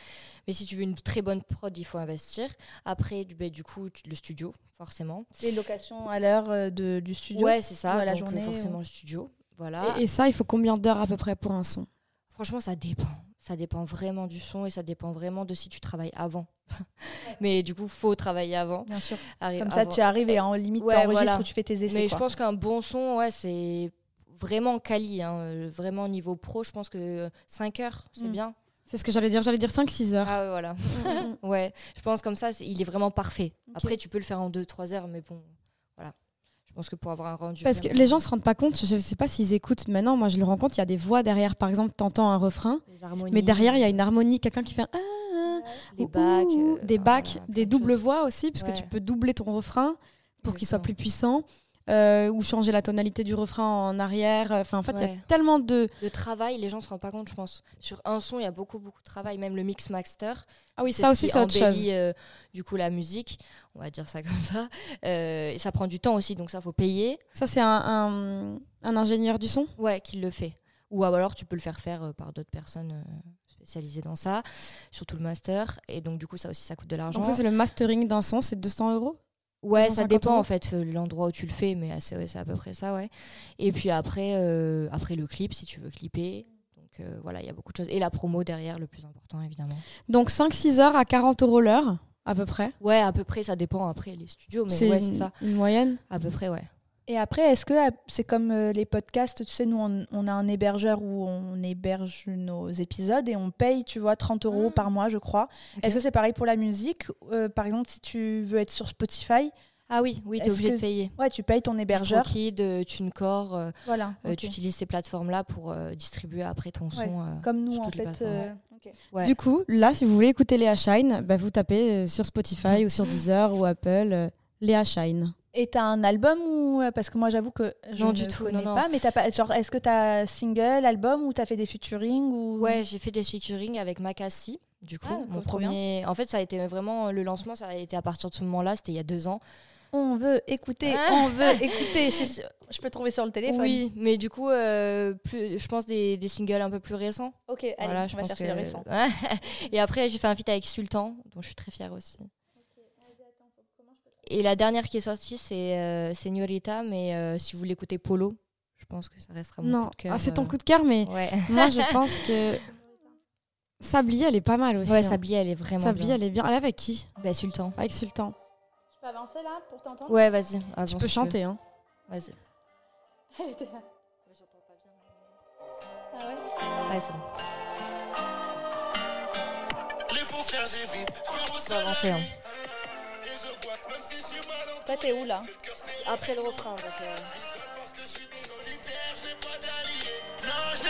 Speaker 3: Mais si tu veux une très bonne prod, il faut investir. Après, du, ben, du coup, tu- le studio, forcément.
Speaker 4: Les locations à l'heure euh, de- du studio.
Speaker 3: ouais, c'est ça,
Speaker 4: ou à la
Speaker 3: donc, euh,
Speaker 4: journée,
Speaker 3: forcément
Speaker 4: ou-
Speaker 3: le studio. Voilà.
Speaker 2: Et, et ça, il faut combien d'heures à peu près pour un son
Speaker 3: Franchement, ça dépend. Ça dépend vraiment du son et ça dépend vraiment de si tu travailles avant. Mais du coup, faut travailler avant.
Speaker 4: Bien sûr.
Speaker 3: Arri-
Speaker 4: Comme ça,
Speaker 3: avant.
Speaker 4: tu arrives et en limite,
Speaker 3: ah Ouais,
Speaker 4: t'enregistres
Speaker 3: voilà.
Speaker 4: ou tu fais tes essais.
Speaker 3: Mais
Speaker 4: quoi.
Speaker 3: je pense qu'un bon son, ouais, c'est vraiment quali. hein. Euh, Vraiment niveau pro, je pense que 5 heures, c'est
Speaker 4: Mm.
Speaker 3: bien.
Speaker 2: C'est ce que j'allais dire, j'allais dire 5-6 heures.
Speaker 3: Ah ouais, voilà. ouais, je pense comme ça, c'est- il est vraiment parfait.
Speaker 4: Ok.
Speaker 3: Après, tu peux le faire en 2-3 heures, mais bon, voilà. Je pense que pour avoir un rendu.
Speaker 2: Parce que
Speaker 3: vraiment-
Speaker 2: les gens se rendent pas compte, je sais pas s'ils écoutent. Maintenant, moi, je le rends compte, il y a des voix derrière. Par exemple, t'entends un refrain,
Speaker 3: Les harmonies,
Speaker 2: mais derrière, il y a une harmonie, quelqu'un qui fait ah, ah,
Speaker 3: les
Speaker 2: ouh,
Speaker 3: bacs,
Speaker 2: ouh,
Speaker 3: euh,
Speaker 2: des
Speaker 3: enfin,
Speaker 2: bacs,
Speaker 3: voilà, plein
Speaker 2: des
Speaker 3: de
Speaker 2: doubles
Speaker 3: choses.
Speaker 2: voix aussi, parce que tu
Speaker 3: Ouais.
Speaker 2: peux doubler ton refrain pour qu'il soit
Speaker 3: Exactement.
Speaker 2: plus puissant. euh, ou changer la tonalité du refrain en arrière. Euh, Enfin, en fait, il y
Speaker 3: Ouais.
Speaker 2: a tellement de.
Speaker 3: Le travail, les gens se rendent pas compte, je pense. Sur un son, il y a beaucoup, beaucoup de travail. Même le mix master,
Speaker 2: Ah oui,
Speaker 3: C'est
Speaker 2: ça
Speaker 3: ce
Speaker 2: aussi,
Speaker 3: qui
Speaker 2: c'est autre chose.
Speaker 3: embellit, euh, du coup, la musique, on va dire ça comme ça. Euh, et ça prend du temps aussi, donc ça faut payer.
Speaker 2: Ça, c'est un, un- un ingénieur du son.
Speaker 3: Ouais, qu'il le fait. Ou alors tu peux le faire faire euh, par d'autres personnes euh, spécialisées dans ça, surtout le master. Et donc du coup, ça aussi, ça coûte de l'argent.
Speaker 2: Donc ça, c'est le mastering d'un son, c'est 200 euros.
Speaker 3: Ouais, ça
Speaker 2: 250
Speaker 3: dépend
Speaker 2: euros.
Speaker 3: en fait euh, l'endroit où tu le fais, mais euh, c'est ouais, c'est à peu près ça, ouais. Et puis après, euh, après le clip, si tu veux clipper. Donc euh, voilà, il y a beaucoup de choses. Et la promo derrière, le plus important évidemment.
Speaker 2: Donc 5-6 heures à 40 euros l'heure, à peu près.
Speaker 3: Ouais, à peu près, ça dépend après les studios, mais
Speaker 2: C'est
Speaker 3: ouais,
Speaker 2: une-
Speaker 3: c'est ça.
Speaker 2: une moyenne.
Speaker 3: À peu près, ouais.
Speaker 4: Et après, est-ce que ah, c'est comme euh, les podcasts Tu sais, nous, on, on a un hébergeur où on héberge nos épisodes et on paye, tu vois, 30 euros
Speaker 3: Mm.
Speaker 4: par mois, je crois.
Speaker 3: Ok.
Speaker 4: Est-ce que c'est pareil pour la musique Euh, Par exemple, si tu veux être sur Spotify,
Speaker 3: Ah oui, oui, t'es
Speaker 4: Est-ce
Speaker 3: obligé
Speaker 4: que-
Speaker 3: de payer.
Speaker 4: ouais, tu payes ton hébergeur.
Speaker 3: Kid, TuneCore, euh,
Speaker 4: Voilà.
Speaker 3: euh,
Speaker 4: ok.
Speaker 3: tu utilises ces plateformes-là pour euh, distribuer après ton son. euh,
Speaker 4: Comme nous,
Speaker 3: sur
Speaker 4: en
Speaker 3: toutes les
Speaker 4: fait.
Speaker 3: plateformes.
Speaker 4: euh, ok.
Speaker 3: Ouais.
Speaker 2: Du coup, là, si vous voulez écouter Léa Shine, bah, vous tapez euh, sur Spotify ou
Speaker 3: Mm.
Speaker 2: sur Deezer ou Apple euh, Léa Shine.
Speaker 4: Et t'as un album ou euh, parce que moi j'avoue que je
Speaker 3: Non,
Speaker 4: ne
Speaker 3: du tout,
Speaker 4: connais
Speaker 3: non, non.
Speaker 4: pas, mais t'as pas genre est-ce que t'as single, album ou t'as fait des featuring ou
Speaker 3: Ouais, j'ai fait des featuring avec Makassi, du coup.
Speaker 4: Ah,
Speaker 3: mon
Speaker 4: trop bien.
Speaker 3: premier. En fait, ça a été vraiment le lancement, ça a été à partir de ce moment-là, c'était il y a deux ans.
Speaker 4: on veut écouter,
Speaker 3: Ah.
Speaker 4: on veut écouter. Je, suis sûre- je peux trouver sur le téléphone.
Speaker 3: Oui, mais du coup, euh, plus, je pense des, des singles un peu plus récents.
Speaker 4: Ok, allez,
Speaker 3: voilà,
Speaker 4: on
Speaker 3: je
Speaker 4: va
Speaker 3: pense que.
Speaker 4: chercher les récents.
Speaker 3: Et après, j'ai fait un feat avec Sultan, dont je suis très fière aussi. Et la dernière qui est sortie, c'est euh, Señorita, mais euh, si vous l'écoutez Polo, je pense que ça restera mon
Speaker 2: Non,
Speaker 3: coup de cœur.
Speaker 2: ah, c'est ton
Speaker 3: euh,
Speaker 2: coup de cœur, mais
Speaker 3: Ouais.
Speaker 2: moi, je pense que Sablier, elle est pas mal aussi.
Speaker 3: Ouais,
Speaker 2: hein.
Speaker 3: Sablier, elle est vraiment
Speaker 2: Sablier,
Speaker 3: bien.
Speaker 2: elle est bien. Elle est avec qui
Speaker 3: Bah, Sultan.
Speaker 2: Avec Sultan.
Speaker 4: Je peux avancer là pour t'entendre
Speaker 3: Ouais, vas-y. avance,
Speaker 2: Tu
Speaker 3: si
Speaker 2: peux chanter, hein.
Speaker 3: veux. Vas-y.
Speaker 4: Ah ouais.
Speaker 3: Ouais, c'est bon.
Speaker 5: Les faux frères j'évite, je me
Speaker 3: Faut avancer, hein.
Speaker 5: Et je bois, même si je suis mal en
Speaker 4: Toi t'es où là
Speaker 3: Après le refrain, euh.
Speaker 5: parce que je suis solitaire, je n'ai pas d'allié. Non, je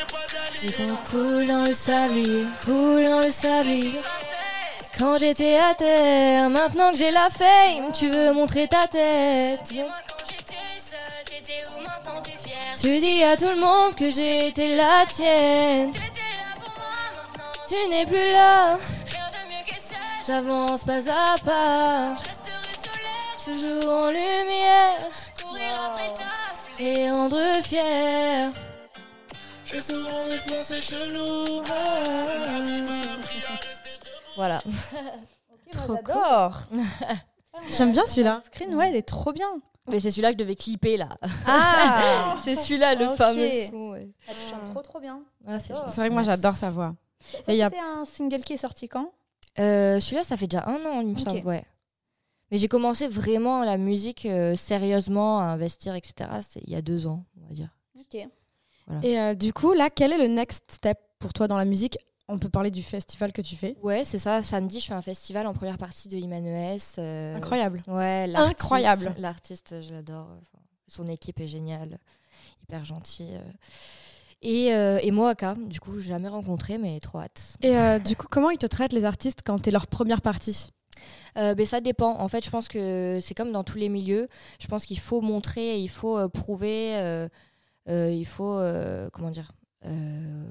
Speaker 5: n'ai pas d'allié.
Speaker 3: coule dans le sablier, coule dans le sablier. Quand j'étais à terre, maintenant que j'ai la fame, tu veux montrer ta tête. Dis-moi quand j'étais seule, j'étais où maintenant t'es fière. Tu dis à tout le monde que j'ai été la tienne. Tu n'es plus là. J'avance pas à pas. Toujours en lumière. Et rendre fier.
Speaker 5: J'ai souvent les pensées cheloues. Ah, la vie m'a appris à rester
Speaker 3: Voilà.
Speaker 2: Trop cool.
Speaker 4: J'adore.
Speaker 2: J'aime bien celui-là.
Speaker 4: Screen, ouais, elle est trop bien.
Speaker 3: Mais c'est celui-là que je devais clipper là.
Speaker 4: Ah
Speaker 3: C'est celui-là le
Speaker 4: Ok.
Speaker 3: fameux son. ouais.
Speaker 4: Elle chante trop trop bien.
Speaker 3: Ah, c'est
Speaker 4: J'adore.
Speaker 2: C'est vrai que moi j'adore sa voix.
Speaker 4: Ça,
Speaker 2: Et il y a-
Speaker 4: C'était un single qui est sorti quand
Speaker 3: Euh, Celui-là, ça fait déjà un an, il me
Speaker 4: Ok.
Speaker 3: semble, ouais. Mais j'ai commencé vraiment la musique euh, sérieusement à investir, etc. c'est Il y a deux ans, on va dire.
Speaker 4: Ok.
Speaker 2: Et euh, du coup, là, quel est le next step pour toi dans la musique On peut parler du festival que tu fais.
Speaker 3: Ouais, c'est ça. Samedi, je fais un festival en première partie de Imanues. euh,
Speaker 2: Incroyable.
Speaker 3: Ouais, l'artiste-
Speaker 2: Incroyable.
Speaker 3: L'artiste, je l'adore. Enfin, son équipe est géniale, hyper gentille. euh. Et, euh, et Moaka, du coup, jamais rencontré, mais trop hâte.
Speaker 2: Et euh, du coup, comment ils te traitent les artistes quand t'es leur première partie
Speaker 3: Euh, ben, ça dépend. En fait, je pense que c'est comme dans tous les milieux. Je pense qu'il faut montrer, il faut euh, prouver, euh, euh, il faut euh, comment dire euh,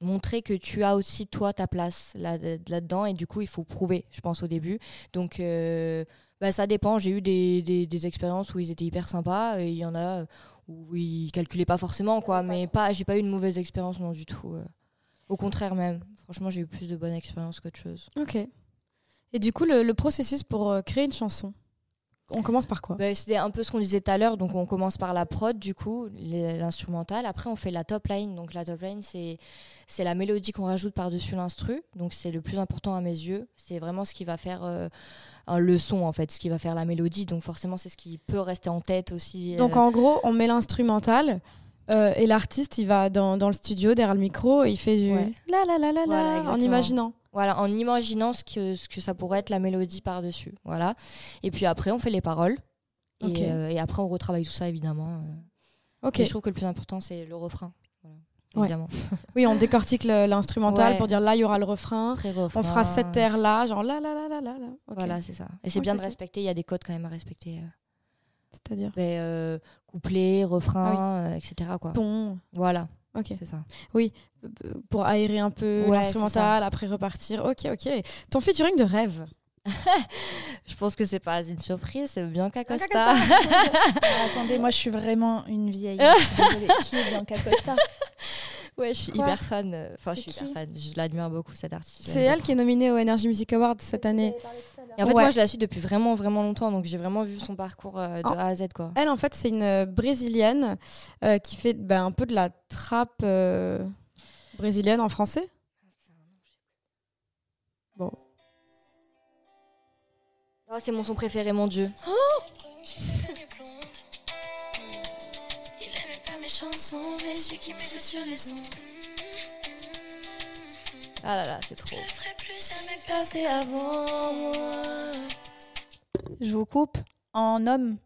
Speaker 3: montrer que tu as aussi toi ta place là dedans et du coup il faut prouver. Je pense au début. Donc euh, bah, ça dépend. J'ai eu des, des- des expériences où ils étaient hyper sympas et il y en a euh, où ils calculaient pas forcément quoi. Mais pas, j'ai pas eu une mauvaise expérience non du tout. euh. Au contraire même. Franchement, j'ai eu plus de bonnes expériences qu'autre chose.
Speaker 2: Ok. Et du coup, le, le processus pour euh, créer une chanson, on commence par quoi
Speaker 3: Bah, C'était un peu ce qu'on disait tout à l'heure. Donc, on commence par la prod, du coup, les- l'instrumental. Après, on fait la top line. Donc, la top line, c'est c'est la mélodie qu'on rajoute par-dessus l'instru. Donc, c'est le plus important à mes yeux. C'est vraiment ce qui va faire euh, un- le son, en fait, ce qui va faire la mélodie. Donc, forcément, c'est ce qui peut rester en tête aussi.
Speaker 2: Donc
Speaker 3: euh,
Speaker 2: en gros, on met l'instrumental euh, et l'artiste, il va dans, dans le studio derrière le micro et il fait du
Speaker 3: Ouais.
Speaker 2: la la la la la
Speaker 3: Voilà,
Speaker 2: en
Speaker 3: exactement.
Speaker 2: imaginant.
Speaker 3: Voilà, en imaginant ce que, ce que ça pourrait être la mélodie par-dessus. Voilà. Et puis après, on fait les paroles. Et,
Speaker 2: Ok.
Speaker 3: euh, et après, on retravaille tout ça, évidemment.
Speaker 2: Ok.
Speaker 3: Et je trouve que le plus important, c'est le refrain. Voilà.
Speaker 2: Ouais.
Speaker 3: Évidemment.
Speaker 2: Oui, on décortique le- l'instrumental
Speaker 3: Ouais.
Speaker 2: pour dire là, il y aura le refrain.
Speaker 3: Pré-refrain,
Speaker 2: On fera cette air là, genre la la la la la. la. Ok.
Speaker 3: Voilà, c'est ça. Et c'est
Speaker 2: Ok,
Speaker 3: bien de
Speaker 2: ok.
Speaker 3: respecter, il y a des codes quand même à respecter. euh,
Speaker 2: C'est-à-dire
Speaker 3: ben, euh, couplet, refrain, euh, etc. Quoi.
Speaker 2: ton.
Speaker 3: Voilà,
Speaker 2: Ok.
Speaker 3: c'est ça.
Speaker 2: Pour aérer un peu
Speaker 3: Ouais,
Speaker 2: l'instrumental, après repartir. Ok, ok. Ton featuring de rêve.
Speaker 3: Je pense que c'est pas une surprise, c'est Bianca
Speaker 4: Bianca
Speaker 3: Costa.
Speaker 4: Ah, attendez, moi je suis vraiment une vieille. Désolée. qui est Bianca Costa
Speaker 3: ouais, je suis
Speaker 4: Quoi
Speaker 3: hyper fan. euh, Enfin, je
Speaker 4: C'est
Speaker 3: suis hyper
Speaker 4: qui
Speaker 3: fan. Je l'admire beaucoup, cette artiste.
Speaker 2: C'est elle qui est nominée au Energy Music Awards cette année.
Speaker 3: Et en fait,
Speaker 2: Ouais.
Speaker 3: moi, je la suis depuis vraiment, vraiment longtemps. Donc, j'ai vraiment vu son parcours euh, de
Speaker 2: Oh.
Speaker 3: A à Z, quoi.
Speaker 2: Elle, en fait, c'est une euh, brésilienne euh, qui fait ben, un peu de la trappe euh, brésilienne en français.
Speaker 3: Oh, c'est mon son préféré, mon Dieu.
Speaker 5: dans mes plombs. Il aimait pas mes chansons, mais j'ai kiffé sur les ondes.
Speaker 3: Ah là là, c'est trop.
Speaker 5: Je ne ferai plus jamais
Speaker 3: Passé avant moi.
Speaker 4: Je vous coupe en homme.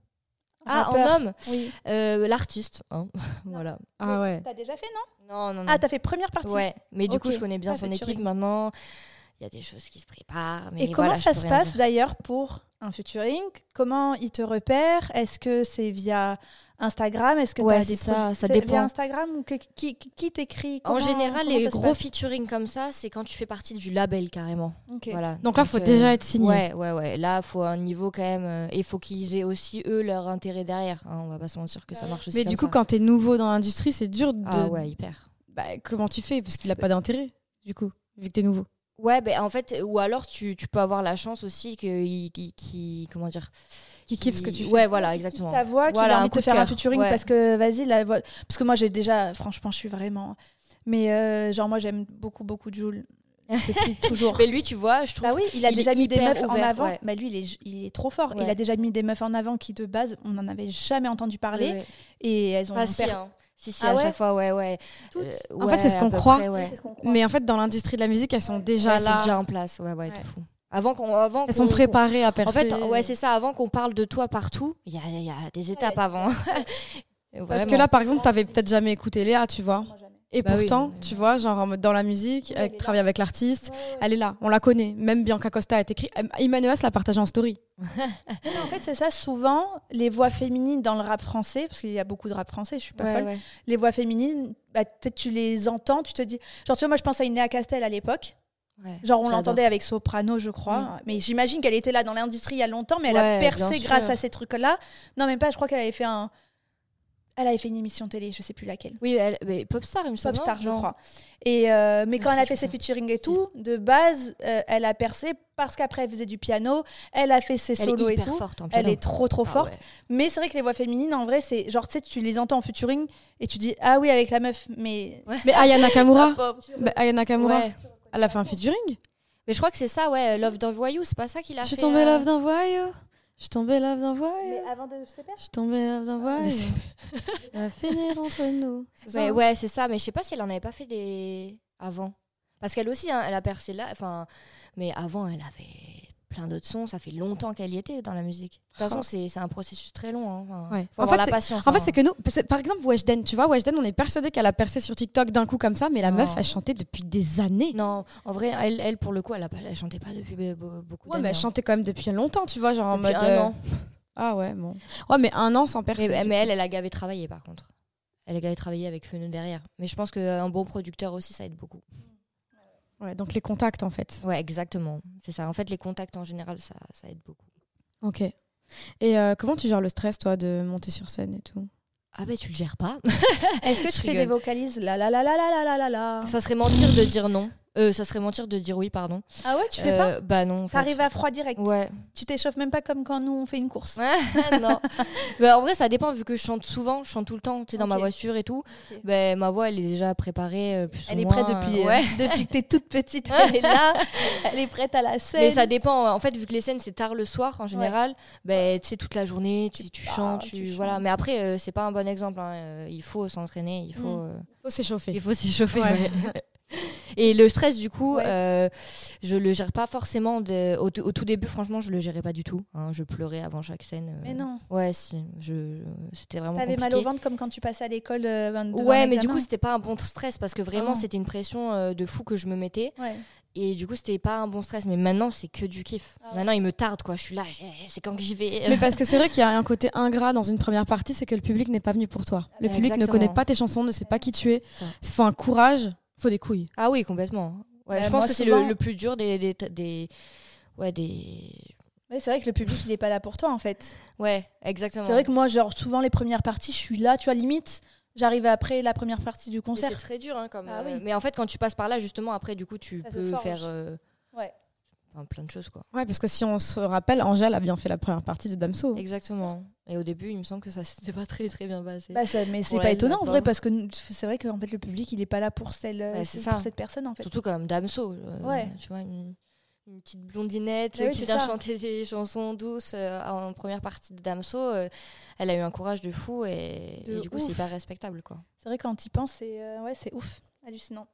Speaker 3: Ah, en
Speaker 4: Rappeur.
Speaker 3: homme
Speaker 4: Oui.
Speaker 3: Euh, L'artiste. hein. voilà.
Speaker 2: Ah ouais.
Speaker 4: T'as déjà fait, non
Speaker 3: Non, non, non.
Speaker 4: Ah, t'as fait première partie.
Speaker 3: Ouais, mais du coup,
Speaker 4: Ok.
Speaker 3: je connais bien
Speaker 4: Ah,
Speaker 3: son
Speaker 4: bah, tu
Speaker 3: équipe
Speaker 4: rigoles.
Speaker 3: maintenant. Il y a des choses qui se préparent. Mais
Speaker 4: Et comment
Speaker 3: voilà, je
Speaker 4: ça
Speaker 3: peux
Speaker 4: se
Speaker 3: rien
Speaker 4: passe
Speaker 3: dire.
Speaker 4: d'ailleurs pour un featuring Comment ils te repèrent Est-ce que c'est via Instagram Est-ce que
Speaker 3: Ouais,
Speaker 4: t'as
Speaker 3: c'est
Speaker 4: des
Speaker 3: ça, ça
Speaker 4: produ- c'est
Speaker 3: dépend.
Speaker 4: Via Instagram ou que- qui, qui- qui t'écrit
Speaker 3: En
Speaker 4: Comment-
Speaker 3: général,
Speaker 4: comment
Speaker 3: les
Speaker 4: ça se
Speaker 3: gros featuring comme ça, c'est quand tu fais partie du label carrément.
Speaker 4: passe Ok.
Speaker 3: Voilà.
Speaker 2: Donc là, faut
Speaker 3: euh,
Speaker 2: déjà être signé.
Speaker 3: Ouais, ouais, ouais. Là, faut un niveau quand même. euh, et faut qu'ils aient aussi, eux, leur intérêt derrière. hein. on va pas se mentir
Speaker 4: Ah
Speaker 3: que ça marche aussi.
Speaker 2: Mais du
Speaker 3: comme
Speaker 2: coup,
Speaker 3: ça.
Speaker 2: quand t'es nouveau dans l'industrie, c'est dur de.
Speaker 3: Ah ouais, hyper.
Speaker 2: Bah, comment tu fais Parce qu'il a pas d'intérêt, du coup, vu que t'es nouveau.
Speaker 3: Ouais, ben en fait, ou alors tu, tu peux avoir la chance aussi qu'ils. Qui, comment dire
Speaker 2: Qui kiffe ce que tu fais.
Speaker 3: Ouais, voilà,
Speaker 4: Qui kiffe
Speaker 3: exactement.
Speaker 4: Ta voix, qui
Speaker 3: Voilà,
Speaker 4: a
Speaker 3: un
Speaker 4: envie de
Speaker 3: coup
Speaker 4: te
Speaker 3: de
Speaker 4: faire un
Speaker 3: cœur,
Speaker 4: featuring
Speaker 3: ouais.
Speaker 4: parce que vas-y, la voix. Parce que moi, j'ai déjà, franchement, je suis vraiment. Mais euh, genre, moi, j'aime beaucoup, beaucoup Jules depuis toujours.
Speaker 3: Mais Ben, lui, tu vois, je trouve.
Speaker 4: Bah oui, il a
Speaker 3: il
Speaker 4: déjà
Speaker 3: est
Speaker 4: mis des
Speaker 3: hyper
Speaker 4: meufs en
Speaker 3: ouvert,
Speaker 4: avant.
Speaker 3: ouais.
Speaker 4: Bah lui, il est, il est trop fort. Il
Speaker 3: Ouais.
Speaker 4: a déjà mis des meufs en avant qui, de base, on n'en avait jamais entendu parler.
Speaker 3: Ouais, ouais.
Speaker 4: Et elles ont
Speaker 3: Enfin, si,
Speaker 4: perdu
Speaker 3: hein. Si, si,
Speaker 4: Ah
Speaker 3: à
Speaker 4: ouais
Speaker 3: chaque fois, ouais, ouais.
Speaker 4: toutes.
Speaker 3: Euh,
Speaker 2: En fait, c'est ce
Speaker 3: ouais,
Speaker 2: qu'on
Speaker 3: à peu
Speaker 2: croit.
Speaker 3: près, ouais.
Speaker 4: C'est ce qu'on croit.
Speaker 2: Mais en fait, dans l'industrie de la musique, elles sont déjà
Speaker 3: Elles sont
Speaker 2: là.
Speaker 3: déjà en place, ouais, ouais, de
Speaker 2: Ouais.
Speaker 3: fou. Avant qu'on, avant
Speaker 2: Elles
Speaker 3: qu'on-
Speaker 2: sont
Speaker 3: qu'on-
Speaker 2: préparées à
Speaker 3: En
Speaker 2: percer.
Speaker 3: fait, ouais, c'est ça. Avant qu'on parle de toi partout, il y a, il y a des étapes avant.
Speaker 2: Parce que là, par exemple, t'avais peut-être jamais écouté Léa, tu vois.
Speaker 4: Moi, jamais.
Speaker 2: Et
Speaker 3: Bah oui,
Speaker 2: pourtant,
Speaker 3: non, mais-
Speaker 2: tu vois, genre en mode dans la musique, elle travaille avec l'artiste, elle est là, on la connaît. Même Bianca Costa a été écrit. Emmanuel la partage en story.
Speaker 4: Mais en fait, c'est ça. Souvent, les voix féminines dans le rap français, parce qu'il y a beaucoup de rap français, je suis pas
Speaker 3: Ouais,
Speaker 4: folle.
Speaker 3: ouais.
Speaker 4: Les voix féminines, bah, peut-être tu les entends, tu te dis. Genre, tu vois, moi, je pense à Inéa Castel à l'époque.
Speaker 3: Ouais,
Speaker 4: Genre, on
Speaker 3: j'adore.
Speaker 4: l'entendait avec Soprano, je crois.
Speaker 3: Mm.
Speaker 4: Mais j'imagine qu'elle était là dans l'industrie il y a longtemps, mais elle
Speaker 3: Ouais,
Speaker 4: a
Speaker 3: bien
Speaker 4: percé
Speaker 3: sûr.
Speaker 4: grâce à ces trucs-là. Non, même pas. Je crois qu'elle avait fait un. Elle avait fait une émission télé, je sais plus laquelle.
Speaker 3: Oui, elle, mais Popstar, il me semble.
Speaker 4: Popstar, je
Speaker 3: non
Speaker 4: crois. Et euh, mais quand
Speaker 3: Ah,
Speaker 4: elle a
Speaker 3: si,
Speaker 4: fait
Speaker 3: je
Speaker 4: ses
Speaker 3: crois.
Speaker 4: featuring et tout, de base, euh, elle a percé parce qu'après elle faisait du piano, elle a fait ses
Speaker 3: Elle
Speaker 4: solos
Speaker 3: est
Speaker 4: et
Speaker 3: hyper
Speaker 4: tout.
Speaker 3: forte en
Speaker 4: Elle
Speaker 3: piano.
Speaker 4: est trop trop
Speaker 3: Ah
Speaker 4: forte.
Speaker 3: ouais.
Speaker 4: Mais c'est vrai que les voix féminines, en vrai, c'est genre, tu sais, tu les entends en featuring et tu dis, ah oui, avec la meuf, mais.
Speaker 2: Mais Aya Nakamura,
Speaker 3: pauvre.
Speaker 2: bah, Aya Nakamura,
Speaker 3: Ah, Ouais.
Speaker 2: elle a fait un featuring.
Speaker 3: Mais je crois que c'est ça, ouais, Love d'un voyou, c'est pas ça qu'il a
Speaker 2: Je
Speaker 3: fait.
Speaker 2: suis tombée
Speaker 3: euh,
Speaker 2: love d'un voyou. Je suis tombée love d'un voyou.
Speaker 4: avant de se
Speaker 2: Je suis tombée love d'un voyou. Elle va finir entre nous. C'est
Speaker 3: Mais
Speaker 2: ça
Speaker 3: ouais, Ah, c'est ça, mais je sais pas si elle en avait pas fait des avant. Parce qu'elle aussi, hein, elle a percé là, enfin, mais avant, elle avait plein d'autres sons, ça fait longtemps qu'elle y était dans la musique. De toute façon,
Speaker 2: Oh.
Speaker 3: c'est c'est un processus très long, hein. enfin,
Speaker 2: Ouais.
Speaker 3: faut
Speaker 2: En
Speaker 3: avoir
Speaker 2: fait,
Speaker 3: la
Speaker 2: c'est-
Speaker 3: patience.
Speaker 2: En fait,
Speaker 3: hein.
Speaker 2: c'est que nous, parce que, par exemple, Weshden, tu vois, Weshden, on est persuadé qu'elle a percé sur TikTok d'un coup comme ça, mais la
Speaker 3: Non.
Speaker 2: meuf, elle chantait depuis des années.
Speaker 3: Oh. Non, en vrai, elle, elle, pour le coup, elle, a pas, elle chantait pas depuis be- be- beaucoup
Speaker 2: Ouais,
Speaker 3: d'années.
Speaker 2: mais elle
Speaker 3: hein.
Speaker 2: chantait quand même depuis longtemps, tu vois, genre en
Speaker 3: Depuis
Speaker 2: mode.
Speaker 3: un
Speaker 2: euh,
Speaker 3: an.
Speaker 2: Ah ouais, bon. Ouais, mais un an sans
Speaker 3: Mais,
Speaker 2: percer.
Speaker 3: mais elle, elle a gavé travaillé, par contre. Elle a gavé travaillé avec Feneux derrière. Mais je pense qu'un bon producteur aussi, ça aide beaucoup.
Speaker 2: Ouais, donc les contacts, en fait.
Speaker 3: Ouais, exactement. C'est ça. En fait, les contacts en général, ça, ça aide beaucoup.
Speaker 2: Ok. Et euh, comment tu gères le stress, toi, de monter sur scène et tout
Speaker 3: Ah ben, tu le gères pas.
Speaker 4: Est-ce que
Speaker 3: Je
Speaker 4: tu fais
Speaker 3: rigole.
Speaker 4: des vocalises la la la la la la la la la
Speaker 3: Ça serait mentir de dire non. Euh, ça serait mentir de dire oui, pardon.
Speaker 4: Ah ouais, tu fais pas
Speaker 3: Euh, Bah non. en fait.
Speaker 4: T'arrives à froid direct.
Speaker 3: Ouais.
Speaker 4: Tu t'échauffes même pas comme quand nous on fait une course. Ah,
Speaker 3: non. Bah, en vrai, ça dépend vu que je chante souvent, je chante tout le temps, tu sais, dans ma
Speaker 4: Ok.
Speaker 3: voiture et tout.
Speaker 4: Ok.
Speaker 3: Bah, ma voix, elle est déjà préparée. euh, plus ou
Speaker 4: Elle est
Speaker 3: moins,
Speaker 4: prête depuis,
Speaker 3: euh,
Speaker 4: euh,
Speaker 3: ouais.
Speaker 4: depuis que t'es toute petite. Elle est là, elle est prête à la scène.
Speaker 3: Mais ça dépend. En fait, vu que les scènes c'est tard le soir en général, ben tu sais toute la journée, tu, tu chantes, tu,
Speaker 4: tu chantes.
Speaker 3: voilà. Mais après, euh, c'est pas un bon exemple. hein. Euh, Il faut s'entraîner, il faut,
Speaker 4: Mm.
Speaker 3: euh,
Speaker 2: Faut s'échauffer.
Speaker 3: il faut s'échauffer.
Speaker 2: Ouais.
Speaker 3: ouais. Et le stress, du coup,
Speaker 4: Ouais.
Speaker 3: euh, je le gère pas forcément. de- Au, t- au tout début, franchement, je le gérais pas du tout. hein. Je pleurais avant chaque scène. euh.
Speaker 4: Mais non,
Speaker 3: Ouais, si. Je, c'était vraiment.
Speaker 4: t'avais mal
Speaker 3: compliqué.
Speaker 4: au ventre comme quand tu passais à l'école. euh, devant
Speaker 3: Ouais,
Speaker 4: un
Speaker 3: mais du
Speaker 4: examen. Oh.
Speaker 3: coup, c'était pas un bon stress parce que vraiment,
Speaker 4: non.
Speaker 3: c'était une pression euh, de fou que je me mettais.
Speaker 4: Ouais.
Speaker 3: Et du coup, c'était pas un bon stress. Mais maintenant, c'est que du kiff.
Speaker 4: Ah
Speaker 3: Maintenant, il me tarde, quoi. Je suis là, j'ai- c'est quand que j'y vais.
Speaker 2: Mais parce que c'est vrai qu'il y a un côté ingrat dans une première partie, c'est que le public n'est pas venu pour toi. Le
Speaker 3: bah,
Speaker 2: public ne
Speaker 3: exactement.
Speaker 2: connaît pas tes chansons, ne sait pas qui tu es.
Speaker 3: Ça.
Speaker 2: Il faut un courage, faut des couilles.
Speaker 3: Ah oui, complètement. Ouais,
Speaker 4: Bah,
Speaker 3: je pense
Speaker 4: moi,
Speaker 3: que c'est
Speaker 4: souvent-
Speaker 3: le, le plus dur des, des, des- Ouais, des.
Speaker 4: Ouais, c'est vrai que le public il est pas là pour toi en fait.
Speaker 3: Ouais, exactement.
Speaker 4: C'est vrai que moi, genre, souvent les premières parties, je suis là, tu vois, limite, j'arrive après la première partie du
Speaker 3: Mais
Speaker 4: concert.
Speaker 3: c'est très dur, hein, comme.
Speaker 4: Ah
Speaker 3: euh,
Speaker 4: oui.
Speaker 3: Mais en fait, quand tu passes par là, justement, après, du coup, tu
Speaker 4: Ça te
Speaker 3: peux
Speaker 4: forge.
Speaker 3: faire. euh,
Speaker 4: Ouais.
Speaker 3: enfin, plein de choses, quoi.
Speaker 2: Ouais, parce que si on se rappelle, Angèle a bien fait la première partie de Damso.
Speaker 3: Exactement. Et au début, il me semble que ça s'était pas très, très bien passé.
Speaker 4: Bah, ça- mais c'est
Speaker 3: Pour
Speaker 4: pas
Speaker 3: elle,
Speaker 4: étonnant en vrai
Speaker 3: d'abord.
Speaker 4: parce que n- c'est vrai que en fait le public il est pas là pour celle euh,
Speaker 3: Ouais, c'est
Speaker 4: pour
Speaker 3: ça.
Speaker 4: cette personne en fait.
Speaker 3: Surtout quand même Damso. euh,
Speaker 4: Ouais.
Speaker 3: Tu vois, une, une petite blondinette
Speaker 4: Ah oui,
Speaker 3: euh, qui
Speaker 4: c'est
Speaker 3: vient
Speaker 4: ça.
Speaker 3: chanter des chansons douces euh, en première partie de Damso. euh, elle a eu un courage de fou et,
Speaker 4: De
Speaker 3: et du coup, c'est
Speaker 4: ouf.
Speaker 3: hyper respectable, quoi.
Speaker 4: C'est vrai quand il pense c'est euh, ouais, c'est ouf, hallucinant.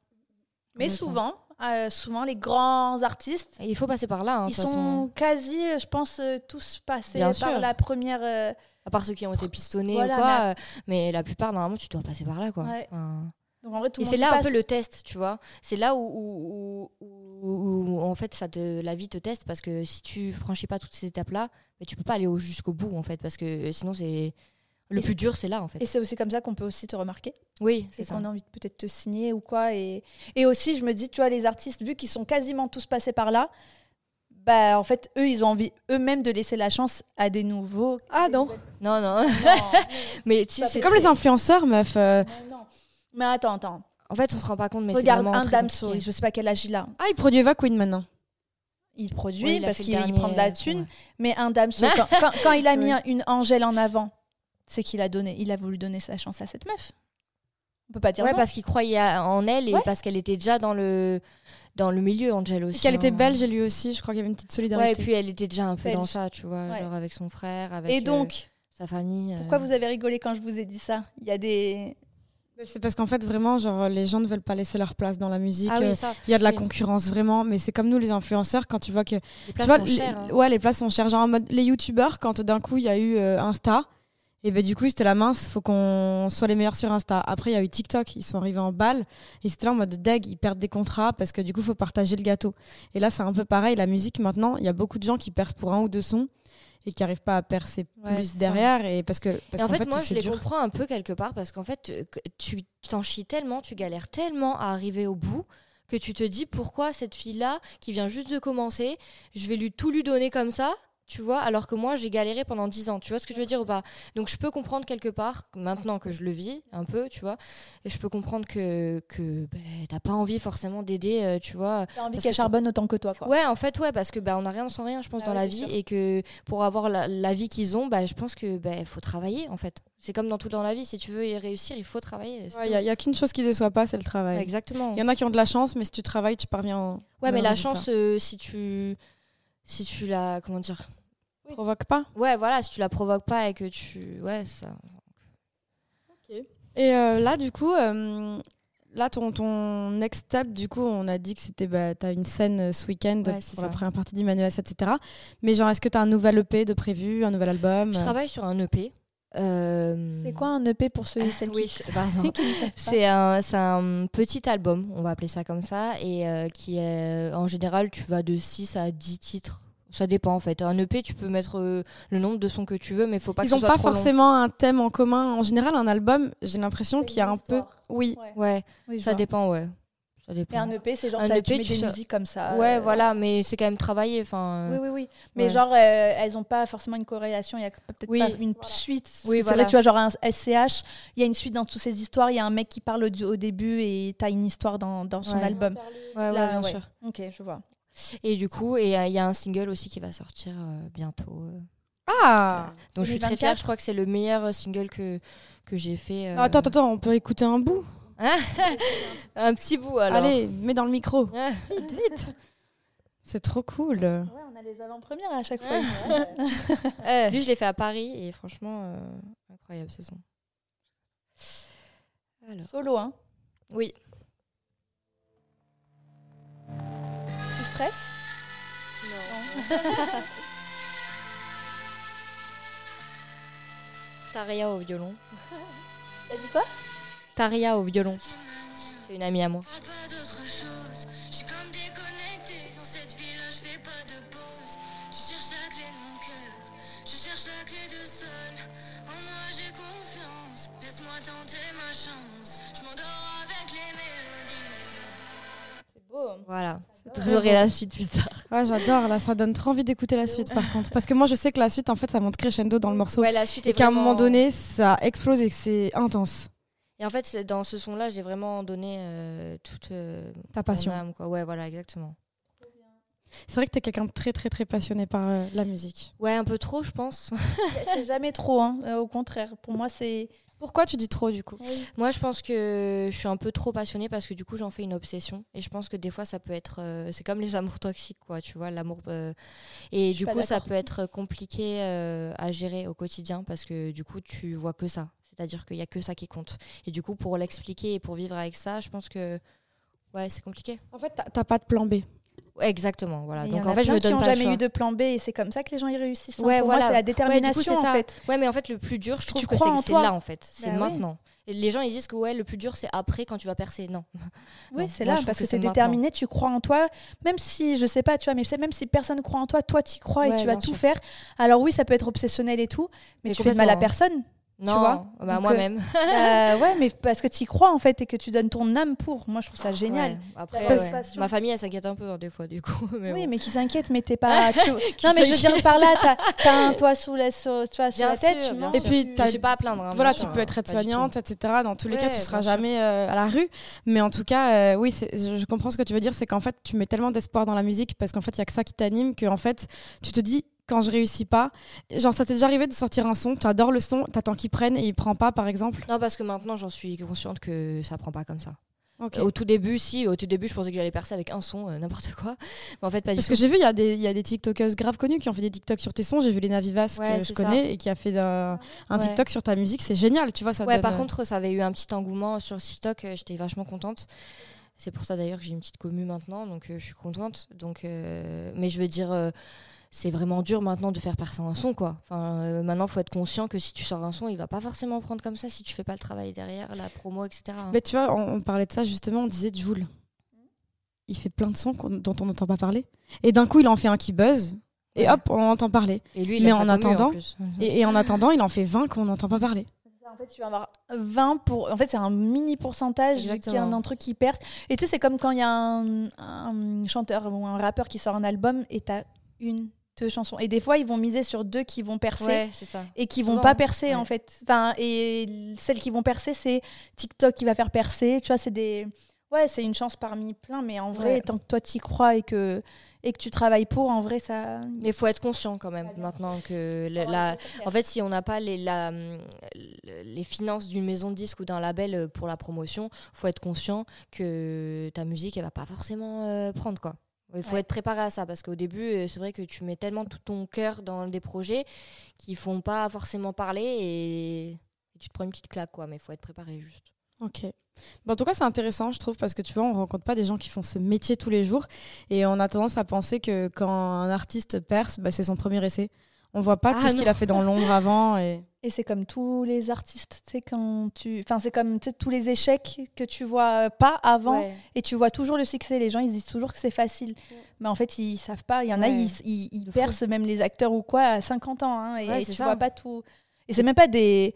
Speaker 4: Mais
Speaker 3: Complètement.
Speaker 4: souvent euh, souvent les grands artistes
Speaker 3: Et il faut passer par là. hein, de
Speaker 4: ils
Speaker 3: toute
Speaker 4: sont
Speaker 3: façon.
Speaker 4: quasi euh, je pense euh, tous passés
Speaker 3: Bien
Speaker 4: par
Speaker 3: sûr.
Speaker 4: la première euh,
Speaker 3: À part ceux qui ont été pistonnés
Speaker 4: Voilà, bah
Speaker 3: ou quoi. euh, Mais... la plupart, normalement, tu dois passer par là, quoi.
Speaker 4: Ouais.
Speaker 3: Enfin,
Speaker 4: donc en vrai tout
Speaker 3: Et
Speaker 4: le
Speaker 3: c'est
Speaker 4: monde y
Speaker 3: là un
Speaker 4: passe.
Speaker 3: peu le test, tu vois. C'est là où, où, où- où- où, en fait, ça te, la vie te teste parce que si tu franchis pas toutes ces étapes-là, mais tu peux pas aller au- jusqu'au bout, en fait, parce que euh, sinon, c'est. Le
Speaker 4: Et
Speaker 3: plus dur, c'est là, en fait.
Speaker 4: et c'est aussi comme ça qu'on peut aussi te remarquer
Speaker 3: Oui, c'est
Speaker 4: c'est
Speaker 3: ça.
Speaker 4: qu'on a envie de peut-être te signer ou quoi et et aussi je me dis tu vois les artistes vu qu'ils sont quasiment tous passés par là bah en fait eux ils ont envie eux-mêmes de laisser la chance à des nouveaux
Speaker 2: Ah non.
Speaker 3: Non, non. Mais si,
Speaker 4: Ça
Speaker 3: c'est
Speaker 2: C'est comme les influenceurs, meuf. euh,
Speaker 4: Mais attends, attends.
Speaker 3: En fait, on se rend pas compte, mais c'est
Speaker 4: Regarde
Speaker 3: vraiment
Speaker 4: un
Speaker 3: très
Speaker 4: Damso,
Speaker 3: compliqué.
Speaker 4: je sais pas quel âge il a.
Speaker 2: Ah, il produit Eva Queen maintenant.
Speaker 4: Il produit
Speaker 3: Oui, il a
Speaker 4: parce
Speaker 3: fait le
Speaker 4: qu'il il
Speaker 3: dernier,
Speaker 4: prend de la
Speaker 3: euh,
Speaker 4: thune,
Speaker 3: ouais.
Speaker 4: mais un Damso, quand, quand- quand il a mis
Speaker 3: Oui.
Speaker 4: un- une Angèle en avant, c'est qu'il a donné, il a voulu donner sa chance à cette meuf. On peut pas dire
Speaker 3: Ouais,
Speaker 4: non.
Speaker 3: parce qu'il croyait à- en elle et
Speaker 4: Ouais.
Speaker 3: parce qu'elle était déjà dans le dans le milieu, Angel
Speaker 2: Et
Speaker 3: aussi.
Speaker 2: qu'elle était
Speaker 3: hein.
Speaker 2: belge et lui aussi, je crois qu'il y avait une petite
Speaker 3: Ouais, et
Speaker 2: solidarité.
Speaker 3: puis elle était déjà un peu dans
Speaker 4: Belge.
Speaker 3: ça, tu vois,
Speaker 4: Ouais.
Speaker 3: genre avec son frère, avec
Speaker 4: Et
Speaker 3: euh,
Speaker 4: donc,
Speaker 3: sa famille. euh.
Speaker 4: pourquoi vous avez rigolé quand je vous ai dit ça Il y a des
Speaker 2: C'est parce qu'en fait, vraiment, genre, les gens ne veulent pas laisser leur place dans la musique.
Speaker 3: Ah
Speaker 2: euh,
Speaker 3: oui, ça.
Speaker 2: Il y a de la
Speaker 3: Mais-
Speaker 2: concurrence vraiment, mais c'est comme nous les influenceurs quand tu vois que
Speaker 3: Les
Speaker 2: tu
Speaker 3: places
Speaker 2: vois
Speaker 3: sont
Speaker 2: les-
Speaker 3: chères. hein.
Speaker 2: ouais les places sont chères genre en mode les youtubeurs quand d'un coup il y a eu euh, Insta Et ben du coup, c'était la mince, faut qu'on soit les meilleurs sur Insta. Après, il y a eu TikTok, ils sont arrivés en balle. Et c'était là en mode deg, ils perdent des contrats parce que du coup, faut partager le gâteau. Et là, c'est un
Speaker 3: Mm.
Speaker 2: peu pareil, la musique maintenant, il y a beaucoup de gens qui percent pour un ou deux sons et qui n'arrivent pas à percer
Speaker 3: Ouais, c'est
Speaker 2: plus
Speaker 3: ça.
Speaker 2: derrière. Et parce que, parce
Speaker 3: Et en
Speaker 2: qu'en
Speaker 3: fait,
Speaker 2: fait,
Speaker 3: moi, je
Speaker 2: c'est
Speaker 3: les
Speaker 2: dur.
Speaker 3: comprends un peu quelque part parce qu'en fait, tu- que- tu t'en chies tellement, tu galères tellement à arriver au bout que tu te dis pourquoi cette fille-là qui vient juste de commencer, je vais lui tout lui donner comme ça, tu vois, alors que moi, j'ai galéré pendant 10 ans. Tu vois ce que je veux dire ou pas Donc, je peux comprendre quelque part, maintenant que je le vis un peu, tu vois, et je peux comprendre que, que ben, t'as pas envie forcément d'aider, euh, tu vois,
Speaker 4: T'as envie
Speaker 3: Parce
Speaker 4: qu'elle
Speaker 3: que
Speaker 4: charbonne autant que toi, quoi.
Speaker 3: Ouais, en fait, ouais, parce que bah, on a rien sans rien, je pense,
Speaker 4: Bah
Speaker 3: dans la
Speaker 4: ouais, c'est
Speaker 3: vie,
Speaker 4: sûr.
Speaker 3: et que pour avoir la, la vie qu'ils ont, bah, je pense que bah, faut travailler, en fait. C'est comme dans tout dans la vie, si tu veux y réussir, il faut travailler. c'est
Speaker 2: Ouais,
Speaker 3: tout.
Speaker 2: Il n'y a, il y a qu'une chose qui ne déçoit pas, c'est le travail.
Speaker 3: Ouais, exactement.
Speaker 2: Il y en a qui ont de la chance, mais si tu travailles, tu parviens. au-
Speaker 3: Ouais, mais
Speaker 2: au
Speaker 3: la
Speaker 2: résultat.
Speaker 3: chance, euh, si tu, si tu la, comment dire,
Speaker 2: provoque pas.
Speaker 3: ouais, voilà, si tu la provoques pas et que tu, ouais, ça.
Speaker 2: Et euh, là, du coup, euh, là, ton, ton next step, du coup, on a dit que c'était, bah, t'as une scène euh, ce week-end
Speaker 3: Ouais, c'est
Speaker 2: pour la
Speaker 3: ça.
Speaker 2: première partie d'Emmanuel, etc. Mais genre, est-ce que t'as un nouvel EP de prévu, un nouvel album
Speaker 3: Je
Speaker 2: euh,
Speaker 3: travaille sur un EP. euh,
Speaker 4: C'est quoi un EP pour ceux et celles
Speaker 3: Oui,
Speaker 4: qui
Speaker 3: c'est- pardon. C'est un, c'est un petit album, on va appeler ça comme ça, et euh, qui est en général, tu vas de 6 à 10 titres. Ça dépend en fait. Un EP, tu peux mettre euh, le nombre de sons que tu veux, mais faut pas que
Speaker 2: Ils
Speaker 3: ce
Speaker 2: n'ont
Speaker 3: soit
Speaker 2: pas
Speaker 3: trop long.
Speaker 2: forcément un thème en commun. En général, un album, j'ai l'impression qu'il y a un peu. Oui.
Speaker 3: Ouais,
Speaker 4: Oui, je
Speaker 3: ça
Speaker 4: vois.
Speaker 3: dépend, ouais. Ça
Speaker 4: Et
Speaker 3: dépend.
Speaker 4: un EP, c'est genre
Speaker 3: Un
Speaker 4: t'as-
Speaker 3: EP,
Speaker 4: tu mets
Speaker 3: tu
Speaker 4: des
Speaker 3: sors-
Speaker 4: musiques comme ça.
Speaker 3: ouais,
Speaker 4: euh,
Speaker 3: voilà, mais c'est quand même travaillé. Enfin,
Speaker 4: Oui,
Speaker 3: euh,
Speaker 4: oui, oui. Mais
Speaker 3: Ouais.
Speaker 4: genre, euh, elles ont pas forcément une corrélation. Il y a peut-être
Speaker 3: Oui.
Speaker 4: pas une suite. Parce
Speaker 3: Oui,
Speaker 4: que c'est
Speaker 3: voilà.
Speaker 4: vrai, tu vois, genre un SCH, il y a une suite dans toutes ces histoires. Il y a un mec qui parle du- au début et t'as une histoire dans, dans son
Speaker 3: Ouais.
Speaker 4: album.
Speaker 3: ouais, ouais,
Speaker 4: Là,
Speaker 3: bien
Speaker 4: Ah ouais.
Speaker 3: sûr.
Speaker 4: Ok, je vois.
Speaker 3: Et du coup, et, euh, il y a un single aussi qui va sortir euh, bientôt. euh.
Speaker 2: Ah
Speaker 3: Donc je suis très
Speaker 4: 2024.
Speaker 3: fière. Je crois que c'est le meilleur euh, single que que j'ai fait.
Speaker 4: Ah,
Speaker 3: euh,
Speaker 2: Attends, attends, attends, on peut écouter un bout.
Speaker 3: Un petit bout alors.
Speaker 2: Allez, mets dans le micro.
Speaker 3: Ouais.
Speaker 2: Vite, vite. C'est trop cool.
Speaker 4: Ouais, on a des avant-premières à chaque
Speaker 3: fois
Speaker 4: fois.
Speaker 3: ici.
Speaker 2: Euh.
Speaker 3: Lui, je l'ai fait à Paris et franchement, euh, incroyable ce son. Alors.
Speaker 4: Solo, hein.
Speaker 3: Oui,
Speaker 4: Tu stresses
Speaker 3: Taria au violon.
Speaker 4: T'as dit quoi
Speaker 3: Taria au violon. C'est une amie à moi.
Speaker 6: parle pas d'autre chose. Je suis comme déconnecté dans cette ville, je fais pas de pause. Tu cherches la clé de mon cœur, je cherche la clé de sol. En moi j'ai confiance, laisse-moi tenter ma chance. Je m'endors avec les mélodies.
Speaker 4: C'est beau. hein.
Speaker 3: Voilà.
Speaker 2: très
Speaker 3: Vous aurez
Speaker 2: beau.
Speaker 3: la suite plus tard.
Speaker 2: Ouais, j'adore. Là, ça donne trop envie d'écouter la suite, par contre. Parce que moi, je sais que la suite, en fait, ça monte crescendo dans le morceau.
Speaker 3: Ouais, la suite est
Speaker 2: et qu'à un
Speaker 3: vraiment-
Speaker 2: moment donné, ça explose et que c'est intense.
Speaker 3: Et en fait, c'est- dans ce son-là, j'ai vraiment donné euh, toute euh,
Speaker 2: Ta
Speaker 3: mon
Speaker 2: passion.
Speaker 3: âme. Quoi. Ouais, voilà, exactement.
Speaker 2: C'est vrai que t'es quelqu'un de très, très, très passionné par euh, la musique.
Speaker 3: Ouais, un peu trop, je pense.
Speaker 4: C'est jamais trop, hein. Euh, Au contraire, pour moi, c'est.
Speaker 2: Pourquoi tu dis trop, du coup
Speaker 3: Moi, je pense que je suis un peu trop passionnée parce que du coup, j'en fais une obsession. Et je pense que des fois, ça peut être. euh, c'est comme les amours toxiques, quoi, tu vois, l'amour. euh, et
Speaker 4: suis
Speaker 3: du
Speaker 4: pas
Speaker 3: coup, ça
Speaker 4: d'accord.
Speaker 3: peut être compliqué euh, à gérer au quotidien parce que du coup, tu vois que ça. C'est-à-dire qu'il n'y a que ça qui compte. Et du coup, pour l'expliquer et pour vivre avec ça, je pense que. Ouais, c'est compliqué.
Speaker 2: En fait, t'as- t'as pas de plan B.
Speaker 3: Ouais, exactement, voilà.
Speaker 4: Mais
Speaker 3: Donc
Speaker 4: y
Speaker 3: en
Speaker 4: a
Speaker 3: fait, je
Speaker 4: plein
Speaker 3: me
Speaker 4: qui
Speaker 3: donne
Speaker 4: ont
Speaker 3: pas le
Speaker 4: jamais
Speaker 3: choix.
Speaker 4: eu de plan B et c'est comme ça que les gens y réussissent. hein.
Speaker 3: Ouais,
Speaker 4: pour
Speaker 3: voilà.
Speaker 4: moi, c'est la
Speaker 3: Ouais, du coup,
Speaker 4: détermination
Speaker 3: c'est
Speaker 4: en
Speaker 3: ça.
Speaker 4: fait.
Speaker 3: Ouais, mais en fait, le plus dur, je
Speaker 4: tu
Speaker 3: trouve que
Speaker 4: crois
Speaker 3: c'est
Speaker 4: en
Speaker 3: que c'est
Speaker 4: toi.
Speaker 3: là, en fait. C'est
Speaker 4: Bah oui.
Speaker 3: maintenant. Et les gens, ils disent que ouais, le plus dur, c'est après quand tu vas percer. Non.
Speaker 4: Oui,
Speaker 3: Non,
Speaker 4: c'est
Speaker 3: moi,
Speaker 4: là
Speaker 3: je trouve
Speaker 4: parce
Speaker 3: que
Speaker 4: que
Speaker 3: c'est
Speaker 4: t'es
Speaker 3: maintenant.
Speaker 4: déterminé, tu crois en toi, même si je sais pas, tu vois, mais c'est même si personne croit en toi, toi t'y crois
Speaker 3: Ouais,
Speaker 4: et tu vas
Speaker 3: bien
Speaker 4: tout
Speaker 3: sûr.
Speaker 4: faire. Alors oui, ça peut être obsessionnel et tout, mais,
Speaker 3: Mais
Speaker 4: tu fais de mal à
Speaker 3: complètement, hein.
Speaker 4: personne.
Speaker 3: Non,
Speaker 4: vois
Speaker 3: bah,
Speaker 4: Donc, euh,
Speaker 3: moi-même.
Speaker 4: Bah, ouais, mais parce que t'y crois en fait et que tu donnes ton âme pour. Moi, je trouve ça génial.
Speaker 3: Ah, Ouais, Après,
Speaker 4: Parce que
Speaker 3: ouais.
Speaker 4: passion.
Speaker 3: ma famille, elle s'inquiète un peu hein, des fois, du coup. Mais
Speaker 4: oui,
Speaker 3: bon.
Speaker 4: mais qui s'inquiète, mais t'es pas. tu-
Speaker 3: Qui
Speaker 4: Non, mais je veux dire,
Speaker 3: s'inquiète.
Speaker 4: par là, t'as t'as un toit sous la, sur, tu vois, sur
Speaker 3: Bien
Speaker 4: la tête,
Speaker 3: sûr,
Speaker 4: tu
Speaker 3: bien
Speaker 4: manges,
Speaker 2: Et
Speaker 3: sûr.
Speaker 2: puis,
Speaker 4: tu-
Speaker 2: t'as-
Speaker 3: Je suis pas à plaindre. hein,
Speaker 2: voilà,
Speaker 3: bien
Speaker 2: tu
Speaker 3: sûr,
Speaker 2: peux être
Speaker 3: hein, pas du
Speaker 2: aide-soignante, etc. Dans tous les cas,
Speaker 3: Ouais,
Speaker 2: tu seras
Speaker 3: bien sûr.
Speaker 2: jamais euh, à la rue. Mais en tout cas, euh, oui, c'est- je je comprends ce que tu veux dire. C'est qu'en fait, tu mets tellement d'espoir dans la musique parce qu'en fait, il y a que ça qui t'anime. Que en fait, tu te dis quand je réussis pas, genre ça t'est déjà arrivé de sortir un son, tu adores le son, t'attends qu'il prenne et il prend pas, par exemple.
Speaker 3: tout. Non, parce que maintenant, j'en suis consciente que ça prend pas comme ça.
Speaker 2: Ok.
Speaker 3: Au tout début, si, au tout début, je pensais que j'allais percer avec un son, euh, n'importe quoi. Mais en fait, pas Ah, du
Speaker 2: Parce
Speaker 3: tout.
Speaker 2: que j'ai vu, il y, a des- il y a des TikTokeuses graves connues qui ont fait des TikTok sur tes sons. J'ai vu Lena Vivas
Speaker 3: Ouais,
Speaker 2: que je
Speaker 3: c'est
Speaker 2: connais et qui a fait un, un
Speaker 3: Ouais.
Speaker 2: TikTok sur ta musique. C'est génial, tu vois. Ça
Speaker 3: Ouais,
Speaker 2: donne,
Speaker 3: par
Speaker 2: euh,
Speaker 3: contre, ça avait eu un petit engouement sur TikTok, euh, j'étais vachement contente. C'est pour ça d'ailleurs que j'ai une petite commu maintenant, donc euh, je suis contente. Donc, euh, mais je veux dire, euh, c'est vraiment dur maintenant de faire passer un son quoi. Enfin, euh, maintenant faut être conscient que si tu sors un son, il va pas forcément prendre comme ça si tu fais pas le travail derrière, la promo, etc. hein.
Speaker 2: Mais tu vois, on, on parlait de ça justement, on disait de Joule. Il fait plein de sons qu'on- dont on n'entend pas parler. Et d'un coup, il en fait un qui buzz. Et hop, on en entend parler.
Speaker 3: Et lui,
Speaker 2: mais
Speaker 3: a
Speaker 2: en
Speaker 3: fait comme eux,
Speaker 2: attendant,
Speaker 3: plus.
Speaker 2: Et, et en attendant, il en fait 20 qu'on n'entend pas parler.
Speaker 4: En fait, tu vas avoir 20 pour. En fait, c'est un mini pourcentage qui est un,
Speaker 3: Exactement.
Speaker 4: un truc qui perce. Et tu sais, c'est comme quand il y a un, un chanteur ou un rappeur qui sort un album et t'as une, deux chansons. Et des fois, ils vont miser sur deux qui vont percer.
Speaker 3: Ouais, c'est ça.
Speaker 4: Et qui vont
Speaker 3: Souvent,
Speaker 4: pas percer
Speaker 3: ouais.
Speaker 4: en fait. Enfin, et celles qui vont percer, c'est TikTok qui va faire percer. Tu vois, c'est des. Ouais, c'est une chance parmi plein, mais en vrai,
Speaker 3: Ouais.
Speaker 4: tant que toi t'y crois et que, et que tu travailles pour, en vrai, ça.
Speaker 3: Mais faut être conscient quand même maintenant que le- la. En fait, si on n'a pas les, la, hum, les finances d'une maison de disques ou d'un label euh, pour la promotion, faut être conscient que ta musique, elle va pas forcément euh, prendre quoi. Il faut
Speaker 4: Ouais.
Speaker 3: être préparé à ça parce qu'au début, euh, c'est vrai que tu mets tellement tout ton cœur dans des projets qui font pas forcément parler et tu te prends une petite claque quoi. Mais faut être préparé juste.
Speaker 2: Ok. Bah, en tout cas, c'est intéressant, je trouve, parce que tu vois, on rencontre pas des gens qui font ce métier tous les jours. Et on a tendance à penser que quand un artiste perce, bah, c'est son premier essai. On voit pas
Speaker 3: Ah,
Speaker 2: tout ce
Speaker 3: non.
Speaker 2: qu'il a fait dans l'ombre avant. Et...
Speaker 4: Et c'est comme tous les artistes, tu sais, quand tu. Enfin, c'est comme tu sais, tous les échecs que tu vois euh, pas avant
Speaker 3: Ouais.
Speaker 4: et tu vois toujours le succès. Les gens, ils se disent toujours que c'est facile. Mais en fait, ils savent pas. Il y en a,
Speaker 3: Ouais.
Speaker 4: ils, ils, ils
Speaker 3: De fou.
Speaker 4: percent même les acteurs ou quoi à 50 ans. hein, et
Speaker 3: Ouais,
Speaker 4: et
Speaker 3: c'est
Speaker 4: tu
Speaker 3: ça.
Speaker 4: vois pas tout. Et c'est même pas des.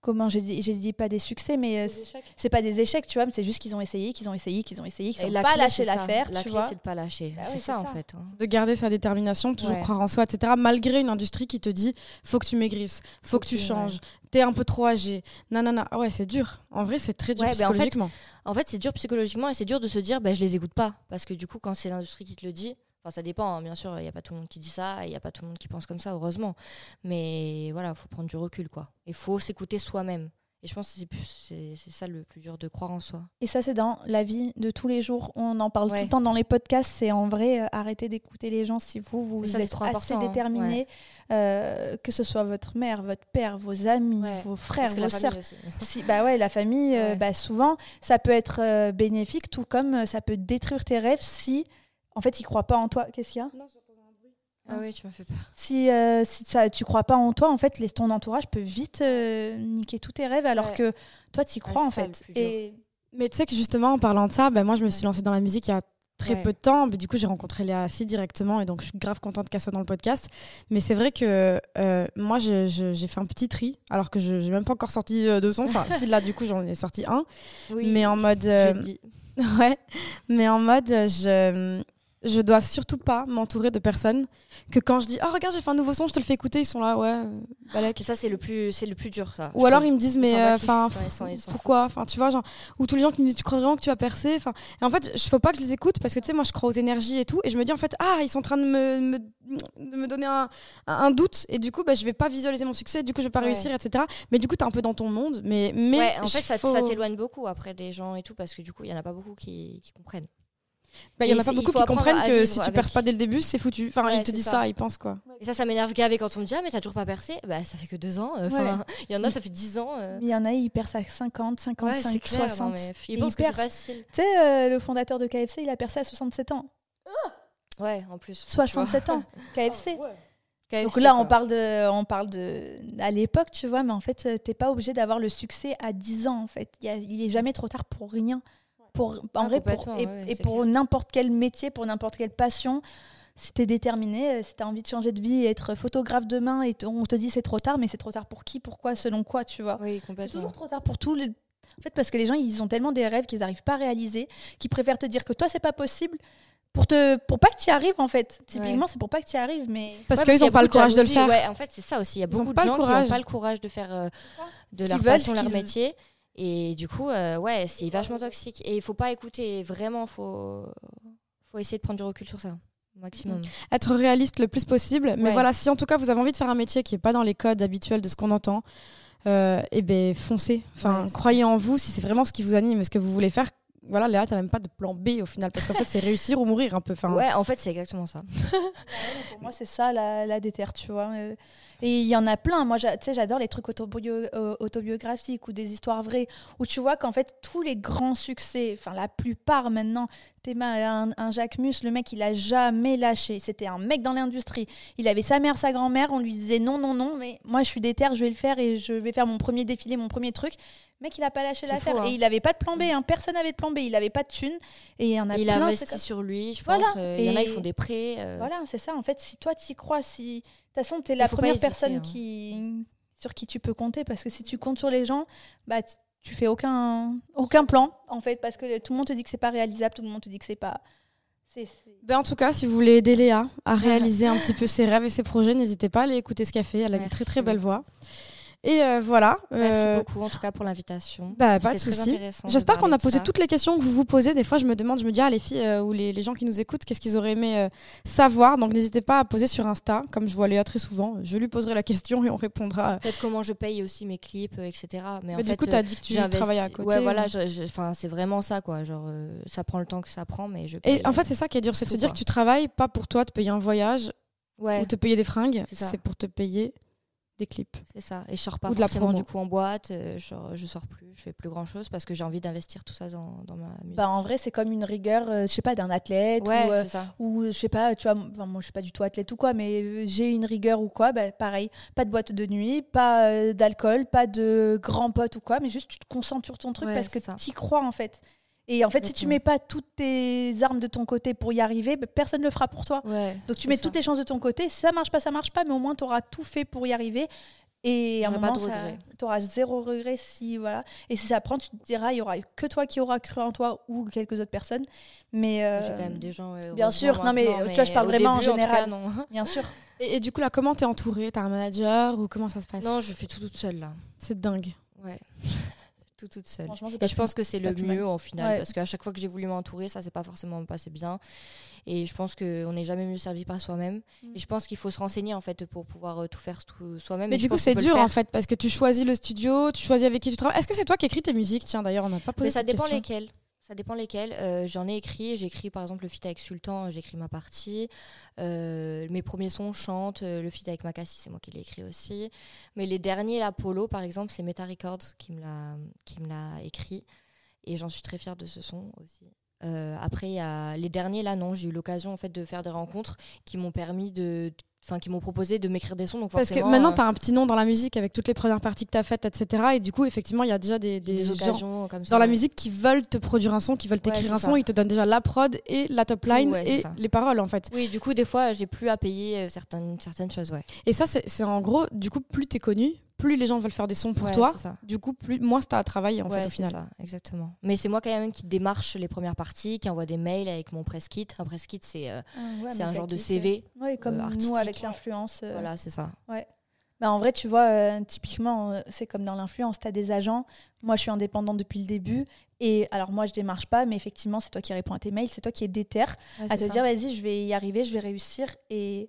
Speaker 4: Comment j'ai dit, j'ai dit pas des succès, mais euh, c'est pas des échecs, tu vois, mais c'est juste qu'ils ont essayé, qu'ils ont essayé, qu'ils ont essayé, qu'ils
Speaker 3: Et
Speaker 4: ont
Speaker 3: la
Speaker 4: pas
Speaker 3: clé,
Speaker 4: lâché
Speaker 3: c'est ça.
Speaker 4: l'affaire,
Speaker 3: La
Speaker 4: tu
Speaker 3: clé,
Speaker 4: vois.
Speaker 3: c'est de pas lâcher.
Speaker 4: Bah
Speaker 3: c'est
Speaker 4: oui,
Speaker 3: ça,
Speaker 4: c'est
Speaker 3: en
Speaker 4: ça.
Speaker 3: fait. hein.
Speaker 2: De garder sa détermination, toujours
Speaker 3: Ouais.
Speaker 2: croire en soi, etc. Malgré une industrie qui te dit faut que tu maigrisses, faut, que tu
Speaker 3: que-
Speaker 2: changes, t'es un peu trop âgé. Nanana. Ah ouais, c'est dur. En vrai, c'est très dur
Speaker 3: Ouais, bah, en fait,
Speaker 2: psychologiquement.
Speaker 3: En fait, c'est dur psychologiquement et c'est dur de se dire, bah, je les écoute pas. Parce que du coup, quand c'est l'industrie qui te le dit, enfin, ça dépend, hein, bien sûr, il n'y a pas tout le monde qui dit ça, il n'y a pas tout le monde qui pense comme ça, heureusement. Mais voilà, faut prendre du recul, quoi. Il faut s'écouter soi-même. Et je pense que c'est plus- c'est c'est ça le plus dur de croire en soi.
Speaker 4: Et ça, c'est dans la vie de tous les jours. On en parle
Speaker 3: Ouais.
Speaker 4: tout le temps dans les podcasts. C'est en vrai, euh, arrêtez d'écouter les gens si vous, vous
Speaker 3: Mais ça, c'est
Speaker 4: êtes
Speaker 3: trop
Speaker 4: assez
Speaker 3: important, hein.
Speaker 4: déterminé. euh, que ce soit votre mère, votre père, vos amis,
Speaker 3: Ouais.
Speaker 4: vos frères,
Speaker 3: Parce que la
Speaker 4: vos
Speaker 3: famille
Speaker 4: sœurs.
Speaker 3: aussi.
Speaker 4: Si, bah ouais, la famille, euh,
Speaker 3: Ouais.
Speaker 4: bah souvent, ça peut être euh, bénéfique, tout comme euh, ça peut détruire tes rêves si, en fait, ils croient pas en toi. Qu'est-ce qu'il y a
Speaker 3: Ah oui, tu m'as fait peur.
Speaker 4: Si, euh, si ça, tu crois pas en toi, en fait, les- ton entourage peut vite euh, niquer tous tes rêves, alors
Speaker 3: Ouais.
Speaker 4: que toi, tu crois
Speaker 3: Ouais,
Speaker 4: en
Speaker 3: c'est ça, le
Speaker 4: fait.
Speaker 3: plus dur.
Speaker 4: Et
Speaker 2: Mais tu sais que justement, en parlant de ça, bah, moi, je me suis lancée dans la musique il y a très
Speaker 3: Ouais.
Speaker 2: peu de temps. Mais du coup, j'ai rencontré Léa Assis directement et donc je suis grave contente qu'elle soit dans le podcast. Mais c'est vrai que euh, moi, je- je- j'ai fait un petit tri alors que je n'ai même pas encore sorti euh, de son. Enfin, si là, du coup, j'en ai sorti un. mais en mode. euh, ouais. Mais en mode, euh, je. Je dois surtout pas m'entourer de personnes que quand je dis oh regarde j'ai fait un nouveau son je te le fais écouter ils sont là ouais euh, balèque
Speaker 3: Ça, c'est le, plus- c'est le plus dur, ça.
Speaker 2: ou
Speaker 3: je
Speaker 2: alors
Speaker 3: trouve.
Speaker 2: ils me disent
Speaker 3: s'en
Speaker 2: mais
Speaker 3: battent
Speaker 2: euh,
Speaker 3: les
Speaker 2: enfin
Speaker 3: couilles, ouais, ils s'en- ils
Speaker 2: pff,
Speaker 3: s'en
Speaker 2: pourquoi
Speaker 3: foutent.
Speaker 2: enfin tu vois genre ou tous les gens qui me disent tu crois vraiment que tu vas percer enfin et en fait je faut pas que je les écoute parce que tu sais moi je crois aux énergies et tout et je me dis en fait ah ils sont en train de me, me- de me donner un, un doute et du coup bah, je vais pas visualiser mon succès du coup je vais pas
Speaker 3: Ouais.
Speaker 2: réussir etc mais du coup t'es un peu dans ton monde mais mais
Speaker 3: Ouais, en
Speaker 2: je-
Speaker 3: fait, ça,
Speaker 2: faut-
Speaker 3: ça t'éloigne beaucoup après des gens et tout, parce que du coup, il y en a pas beaucoup qui, qui comprennent.
Speaker 2: bah, il y en
Speaker 3: Et
Speaker 2: a pas
Speaker 3: il
Speaker 2: beaucoup
Speaker 3: faut
Speaker 2: qui
Speaker 3: apprendre
Speaker 2: comprennent
Speaker 3: à
Speaker 2: que
Speaker 3: vivre
Speaker 2: si tu
Speaker 3: avec.
Speaker 2: perces pas dès le début c'est foutu enfin
Speaker 3: Ouais,
Speaker 2: ils te
Speaker 3: c'est
Speaker 2: disent
Speaker 3: ça.
Speaker 2: ça ils pensent quoi
Speaker 3: Et ça, ça m'énerve gavé quand on me dit Ah, mais t'as toujours pas percé Bah, ça fait que deux ans. euh, enfin, Il y en a, ça fait dix ans. euh.
Speaker 4: il y en a, ils percent à 50,
Speaker 3: Ouais,
Speaker 4: 55,
Speaker 3: c'est clair.
Speaker 4: 60.
Speaker 3: non, mais f-
Speaker 4: Et
Speaker 3: ils pensent
Speaker 4: ils
Speaker 3: que c'est
Speaker 4: percent.
Speaker 3: facile.
Speaker 4: Tu sais, euh, le fondateur de KFC, il a percé à 67 ans.
Speaker 3: Ouais, en plus. tu vois.
Speaker 4: 67 ans, KFC.
Speaker 3: KFC,
Speaker 4: Donc là, on
Speaker 3: quoi.
Speaker 4: parle de, on parle de, à l'époque, tu vois, mais en fait, euh, t'es pas obligé d'avoir le succès à 10 ans, en fait. Il, y a- il est jamais trop tard pour rien. Pour, en
Speaker 3: Ah,
Speaker 4: vrai, pour,
Speaker 3: complètement,
Speaker 4: et,
Speaker 3: ouais,
Speaker 4: et
Speaker 3: c'est
Speaker 4: pour
Speaker 3: clair.
Speaker 4: n'importe quel métier, pour n'importe quelle passion, si t'es déterminé, euh, si t'as envie de changer de vie, être photographe demain, et t- on te dit c'est trop tard, mais c'est trop tard pour qui, pourquoi, selon quoi, tu vois.
Speaker 3: Oui,
Speaker 4: C'est toujours
Speaker 3: complètement.
Speaker 4: trop tard pour tout. le- En fait, parce que les gens, ils ont tellement des rêves qu'ils n'arrivent pas à réaliser, qu'ils préfèrent te dire que toi, c'est pas possible pour, te... pour pas que tu y arrives, en fait. Typiquement, c'est pour pas que tu y arrives, mais.
Speaker 2: parce
Speaker 3: Ouais,
Speaker 2: qu'ils
Speaker 3: qu'il y
Speaker 2: ont
Speaker 3: a
Speaker 2: pas le
Speaker 3: beaucoup
Speaker 2: courage de le
Speaker 3: jalousie.
Speaker 2: faire
Speaker 3: Ouais, en fait, c'est ça aussi. Il y a
Speaker 2: Ils ont
Speaker 3: beaucoup de
Speaker 2: pas le
Speaker 3: gens qui
Speaker 2: courage.
Speaker 3: n'ont pas le courage de faire euh, de
Speaker 4: Ce
Speaker 3: leur
Speaker 4: qu'ils veulent,
Speaker 3: passion
Speaker 4: ce
Speaker 3: leur
Speaker 4: qu'ils-
Speaker 3: métier. Et du coup, euh, ouais, c'est vachement toxique. Et il faut pas écouter. Vraiment, faut faut essayer de prendre du recul sur ça, au maximum.
Speaker 2: être réaliste le plus possible. Mais
Speaker 3: Ouais.
Speaker 2: voilà, si en tout cas vous avez envie de faire un métier qui n'est pas dans les codes habituels de ce qu'on entend, euh, eh ben foncez. Enfin,
Speaker 3: Ouais, c'est
Speaker 2: croyez en vous si c'est vraiment ce qui vous anime, et ce que vous voulez faire. voilà, Léa, t'as même pas de plan B au final, parce qu'en fait, c'est réussir ou mourir un peu. Enfin,
Speaker 3: Ouais, en fait, c'est exactement ça.
Speaker 4: Pour moi, c'est ça la, la déterre, tu vois. Euh, Et il y en a plein. Moi, j'a- tu sais, j'adore les trucs autobio- euh, autobiographiques ou des histoires vraies, où tu vois qu'en fait, tous les grands succès, enfin la plupart maintenant, t'es un, un Jacques Mus, le mec, il a jamais lâché. C'était un mec dans l'industrie. Il avait sa mère, sa grand-mère, on lui disait non, non, non, mais moi, je suis déterre, je vais le faire et je vais faire mon premier défilé, mon premier truc. Le Mec, il a pas lâché
Speaker 3: C'est
Speaker 4: l'affaire
Speaker 3: fou, hein.
Speaker 4: et il avait pas de plan B. hein. Personne n'avait de plan B. Il avait pas de thunes et il y en a
Speaker 3: il
Speaker 4: plein. c'est
Speaker 3: investit
Speaker 4: comme-
Speaker 3: sur lui, je pense.
Speaker 4: Voilà.
Speaker 3: euh, Il y en a, ils
Speaker 4: Et-
Speaker 3: font des prêts. euh,
Speaker 4: voilà, c'est ça. En fait, si toi, tu crois, si. De toute façon, tu es la
Speaker 3: faut pas
Speaker 4: première
Speaker 3: hésiter,
Speaker 4: personne
Speaker 3: hein.
Speaker 4: qui... sur qui tu peux compter. Parce que si tu comptes sur les gens, bah, t- tu fais aucun... aucun plan, en fait. Parce que tout le monde te dit que c'est pas réalisable, tout le monde te dit que c'est pas. c'est c'est-
Speaker 2: Ben, en tout cas, si vous voulez aider Léa à réaliser un petit peu ses rêves et ses projets, n'hésitez pas à aller écouter ce qu'elle fait. Elle a une très très
Speaker 3: Merci.
Speaker 2: belle voix. Et euh, voilà.
Speaker 3: Merci
Speaker 2: euh,
Speaker 3: beaucoup, en tout cas, pour l'invitation.
Speaker 2: Bah, pas de
Speaker 3: C'était très
Speaker 2: souci.
Speaker 3: intéressant de
Speaker 2: J'espère qu'on
Speaker 3: parler
Speaker 2: a
Speaker 3: de
Speaker 2: posé
Speaker 3: ça.
Speaker 2: toutes les questions que vous vous posez. Des fois, je me demande, je me dis, ah, les filles euh, ou les, les gens qui nous écoutent, qu'est-ce qu'ils auraient aimé euh, savoir Donc, n'hésitez pas à poser sur Insta, comme je vois Léa très souvent. Je lui poserai la question et on répondra.
Speaker 3: Peut-être comment je paye aussi mes clips, euh, etc. Mais, en
Speaker 2: Mais du
Speaker 3: fait,
Speaker 2: coup,
Speaker 3: euh,
Speaker 2: tu as dit que tu
Speaker 3: j'ai investi-
Speaker 2: travailles à côté.
Speaker 3: Ouais, voilà, je- je- enfin, c'est vraiment ça, quoi. Genre, euh, ça prend le temps que ça prend, mais je paye.
Speaker 2: Et en fait, c'est ça qui est dur, c'est de
Speaker 3: Tout,
Speaker 2: se dire
Speaker 3: quoi.
Speaker 2: que tu travailles pas pour toi, te payer un voyage
Speaker 3: euh, ouais,
Speaker 2: ou te payer des fringues,
Speaker 3: C'est ça.
Speaker 2: c'est pour te payer des clips.
Speaker 3: c'est ça. Et je sors pas
Speaker 2: ou de la
Speaker 3: forcément
Speaker 2: promo.
Speaker 3: du coup en boîte, euh, je, sors, je sors plus, je fais plus grand chose parce que j'ai envie d'investir tout ça dans, dans ma musique.
Speaker 4: Bah, en vrai, c'est comme une rigueur, euh, je sais pas, d'un athlète.
Speaker 3: ouais,
Speaker 4: ou, euh,
Speaker 3: c'est ça.
Speaker 4: ou, euh, je sais pas, tu vois, enfin, moi je suis pas du tout athlète ou quoi, mais euh, j'ai une rigueur ou quoi, bah, pareil, pas de boîte de nuit, pas euh, d'alcool, pas de grand pote ou quoi, mais juste tu te concentres sur ton truc
Speaker 3: Ouais,
Speaker 4: parce que
Speaker 3: c'est ça.
Speaker 4: t'y crois en fait. Et en fait, si tu
Speaker 3: Exactement.
Speaker 4: mets pas toutes tes armes de ton côté pour y arriver, bah, personne ne le fera pour toi.
Speaker 3: Ouais.
Speaker 4: Donc tu
Speaker 3: c'est
Speaker 4: mets
Speaker 3: ça.
Speaker 4: toutes tes chances de ton côté, ça marche pas, ça marche pas, mais au moins tu auras tout fait pour y arriver. Et à un
Speaker 3: J'aurai pas
Speaker 4: moment,
Speaker 3: de regrets.
Speaker 4: tu auras zéro regret si voilà. Et si ça prend, tu te diras, il y aura que toi qui aura cru en toi ou quelques autres personnes. Mais
Speaker 3: J'ai
Speaker 4: euh,
Speaker 3: quand même des gens. euh,
Speaker 4: bien sûr,
Speaker 3: heureusement,
Speaker 4: non, mais,
Speaker 3: maintenant,
Speaker 4: tu vois, je parle
Speaker 3: au
Speaker 4: vraiment en
Speaker 3: début, tout cas,
Speaker 4: général.
Speaker 3: non.
Speaker 4: Bien sûr.
Speaker 2: Et, et du coup, là, comment t'es entourée T'as un manager ou comment ça se passe
Speaker 3: Non, je fais tout toute seule là.
Speaker 2: C'est dingue.
Speaker 3: Ouais. tout toute seule.
Speaker 4: Franchement, c'est
Speaker 3: Et
Speaker 4: pas
Speaker 3: je pense que c'est
Speaker 4: pas
Speaker 3: le
Speaker 4: plus mal.
Speaker 3: mieux en final
Speaker 4: Ouais.
Speaker 3: parce qu'à chaque fois que j'ai voulu m'entourer, ça s'est pas forcément passé bien. Et je pense qu'on n'est jamais mieux servi par soi-même.
Speaker 4: Mm.
Speaker 3: Et je pense qu'il faut se renseigner en fait pour pouvoir euh, tout faire tout soi-même.
Speaker 2: Mais
Speaker 3: Et je
Speaker 2: du coup,
Speaker 3: pense qu'on
Speaker 2: c'est
Speaker 3: peut le
Speaker 2: dur
Speaker 3: faire.
Speaker 2: en fait parce que tu choisis le studio, tu choisis avec qui tu travailles. Est-ce que c'est toi qui écris tes musiques Tiens, d'ailleurs, on n'a pas posé
Speaker 3: Mais ça
Speaker 2: cette
Speaker 3: dépend
Speaker 2: question.
Speaker 3: lesquels. Ça dépend lesquels. Euh, J'en ai écrit. J'écris par exemple le feat avec Sultan, j'écris ma partie. Euh, mes premiers sons, chante. Euh, Le feat avec Makassi, c'est moi qui l'ai écrit aussi. Mais les derniers, là, Polo, par exemple, c'est Meta Records qui me l'a- qui me l'a écrit. Et j'en suis très fière de ce son aussi. Euh, après, il y a les derniers, là, non, j'ai eu l'occasion en fait de faire des rencontres qui m'ont permis de. Enfin, qui m'ont proposé de m'écrire des sons. Donc
Speaker 2: Parce que
Speaker 3: forcément,
Speaker 2: maintenant,
Speaker 3: euh,
Speaker 2: tu as un petit nom dans la musique avec toutes les premières parties que tu as faites, etc. Et du coup, effectivement, il y a déjà des,
Speaker 3: j'ai
Speaker 2: des
Speaker 3: euh, des
Speaker 2: gens
Speaker 3: occasions comme ça.
Speaker 2: dans la
Speaker 3: ouais.
Speaker 2: musique qui veulent te produire un son, qui veulent
Speaker 3: Ouais,
Speaker 2: t'écrire
Speaker 3: c'est
Speaker 2: un
Speaker 3: ça.
Speaker 2: son. Ils te donnent déjà la prod et la top line
Speaker 3: Ouais, c'est
Speaker 2: et
Speaker 3: ça.
Speaker 2: les paroles, en fait.
Speaker 3: Oui, du coup, des fois, j'ai plus à payer euh, certaines, certaines choses, ouais.
Speaker 2: Et ça, c'est c'est en gros, du coup, plus tu es connu, plus les gens veulent faire des sons pour
Speaker 3: Ouais,
Speaker 2: toi.
Speaker 3: c'est ça.
Speaker 2: Du coup, plus, moins tu as à travailler, en
Speaker 3: Ouais,
Speaker 2: fait, au
Speaker 3: c'est
Speaker 2: final.
Speaker 3: ça, exactement. Mais c'est moi quand même qui démarche les premières parties, qui envoie des mails avec mon press kit. Un press kit, c'est euh,
Speaker 4: Ah,
Speaker 3: c'est un genre de CV.
Speaker 4: Oui, comme
Speaker 3: artistique.
Speaker 4: nous avec l'influence. euh,
Speaker 3: Voilà, c'est ça.
Speaker 4: Bah, en vrai, tu vois, euh, typiquement, euh, c'est comme dans l'influence, tu as des agents. Moi, je suis indépendante depuis le début. Et alors, moi, je démarche pas, mais effectivement, c'est toi qui réponds à tes mails, c'est toi qui es déter
Speaker 2: Ah,
Speaker 4: à te dire, vas-y, je vais y arriver, je vais réussir. Et,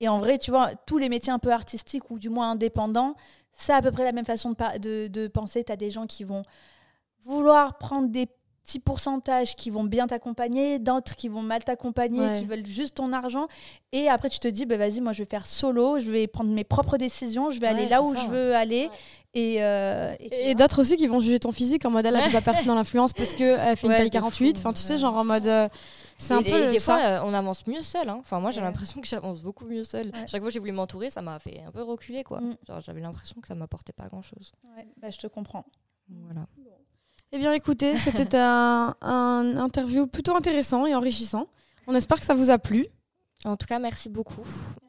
Speaker 4: et en vrai, tu vois, tous les métiers un peu artistiques ou du moins indépendants, ça à peu près la même façon de, par- de, de penser. Tu as des gens qui vont vouloir prendre des petits pourcentages qui vont bien t'accompagner, d'autres qui vont mal t'accompagner,
Speaker 3: Ouais.
Speaker 4: qui veulent juste ton argent. Et après, tu te dis, bah, vas-y, moi, je vais faire solo, je vais prendre mes propres décisions, je vais
Speaker 3: Ouais,
Speaker 4: aller là
Speaker 3: c'est
Speaker 4: où
Speaker 3: ça.
Speaker 4: je veux aller. Et, euh, et
Speaker 2: Et, et
Speaker 4: voilà.
Speaker 2: d'autres aussi qui vont juger ton physique en mode elle a personne dans l'influence parce que elle fait une
Speaker 3: Ouais,
Speaker 2: taille
Speaker 3: de fou,
Speaker 2: 48. Enfin, tu sais,
Speaker 3: ouais.
Speaker 2: genre en mode. euh, c'est un
Speaker 3: Et-
Speaker 2: peu
Speaker 3: et des
Speaker 2: ça.
Speaker 3: fois, euh, on avance mieux seul. hein. Enfin, moi, j'ai
Speaker 4: Ouais.
Speaker 3: l'impression que j'avance beaucoup mieux seul.
Speaker 4: Ouais.
Speaker 3: Chaque fois que j'ai voulu m'entourer, ça m'a fait un peu reculer, quoi.
Speaker 4: Mm.
Speaker 3: Genre, j'avais l'impression que ça m'apportait pas grand-chose.
Speaker 4: Ouais, bah, je te comprends.
Speaker 2: Mm.
Speaker 3: Voilà.
Speaker 2: Eh bien, écoutez, c'était un, un interview plutôt intéressant et enrichissant. On espère que ça vous a plu.
Speaker 3: En tout cas, merci beaucoup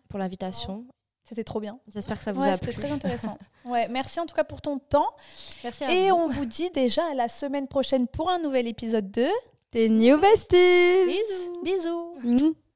Speaker 3: pour l'invitation.
Speaker 4: C'était trop bien.
Speaker 3: J'espère que ça vous
Speaker 4: Ouais,
Speaker 3: a
Speaker 4: c'était
Speaker 3: plu.
Speaker 4: très intéressant. Ouais, merci en tout cas pour ton temps.
Speaker 3: Merci à
Speaker 4: Et
Speaker 3: vous.
Speaker 4: on vous dit déjà à la semaine prochaine pour un nouvel épisode de
Speaker 2: Des new besties
Speaker 4: Bisous.
Speaker 2: Mouah.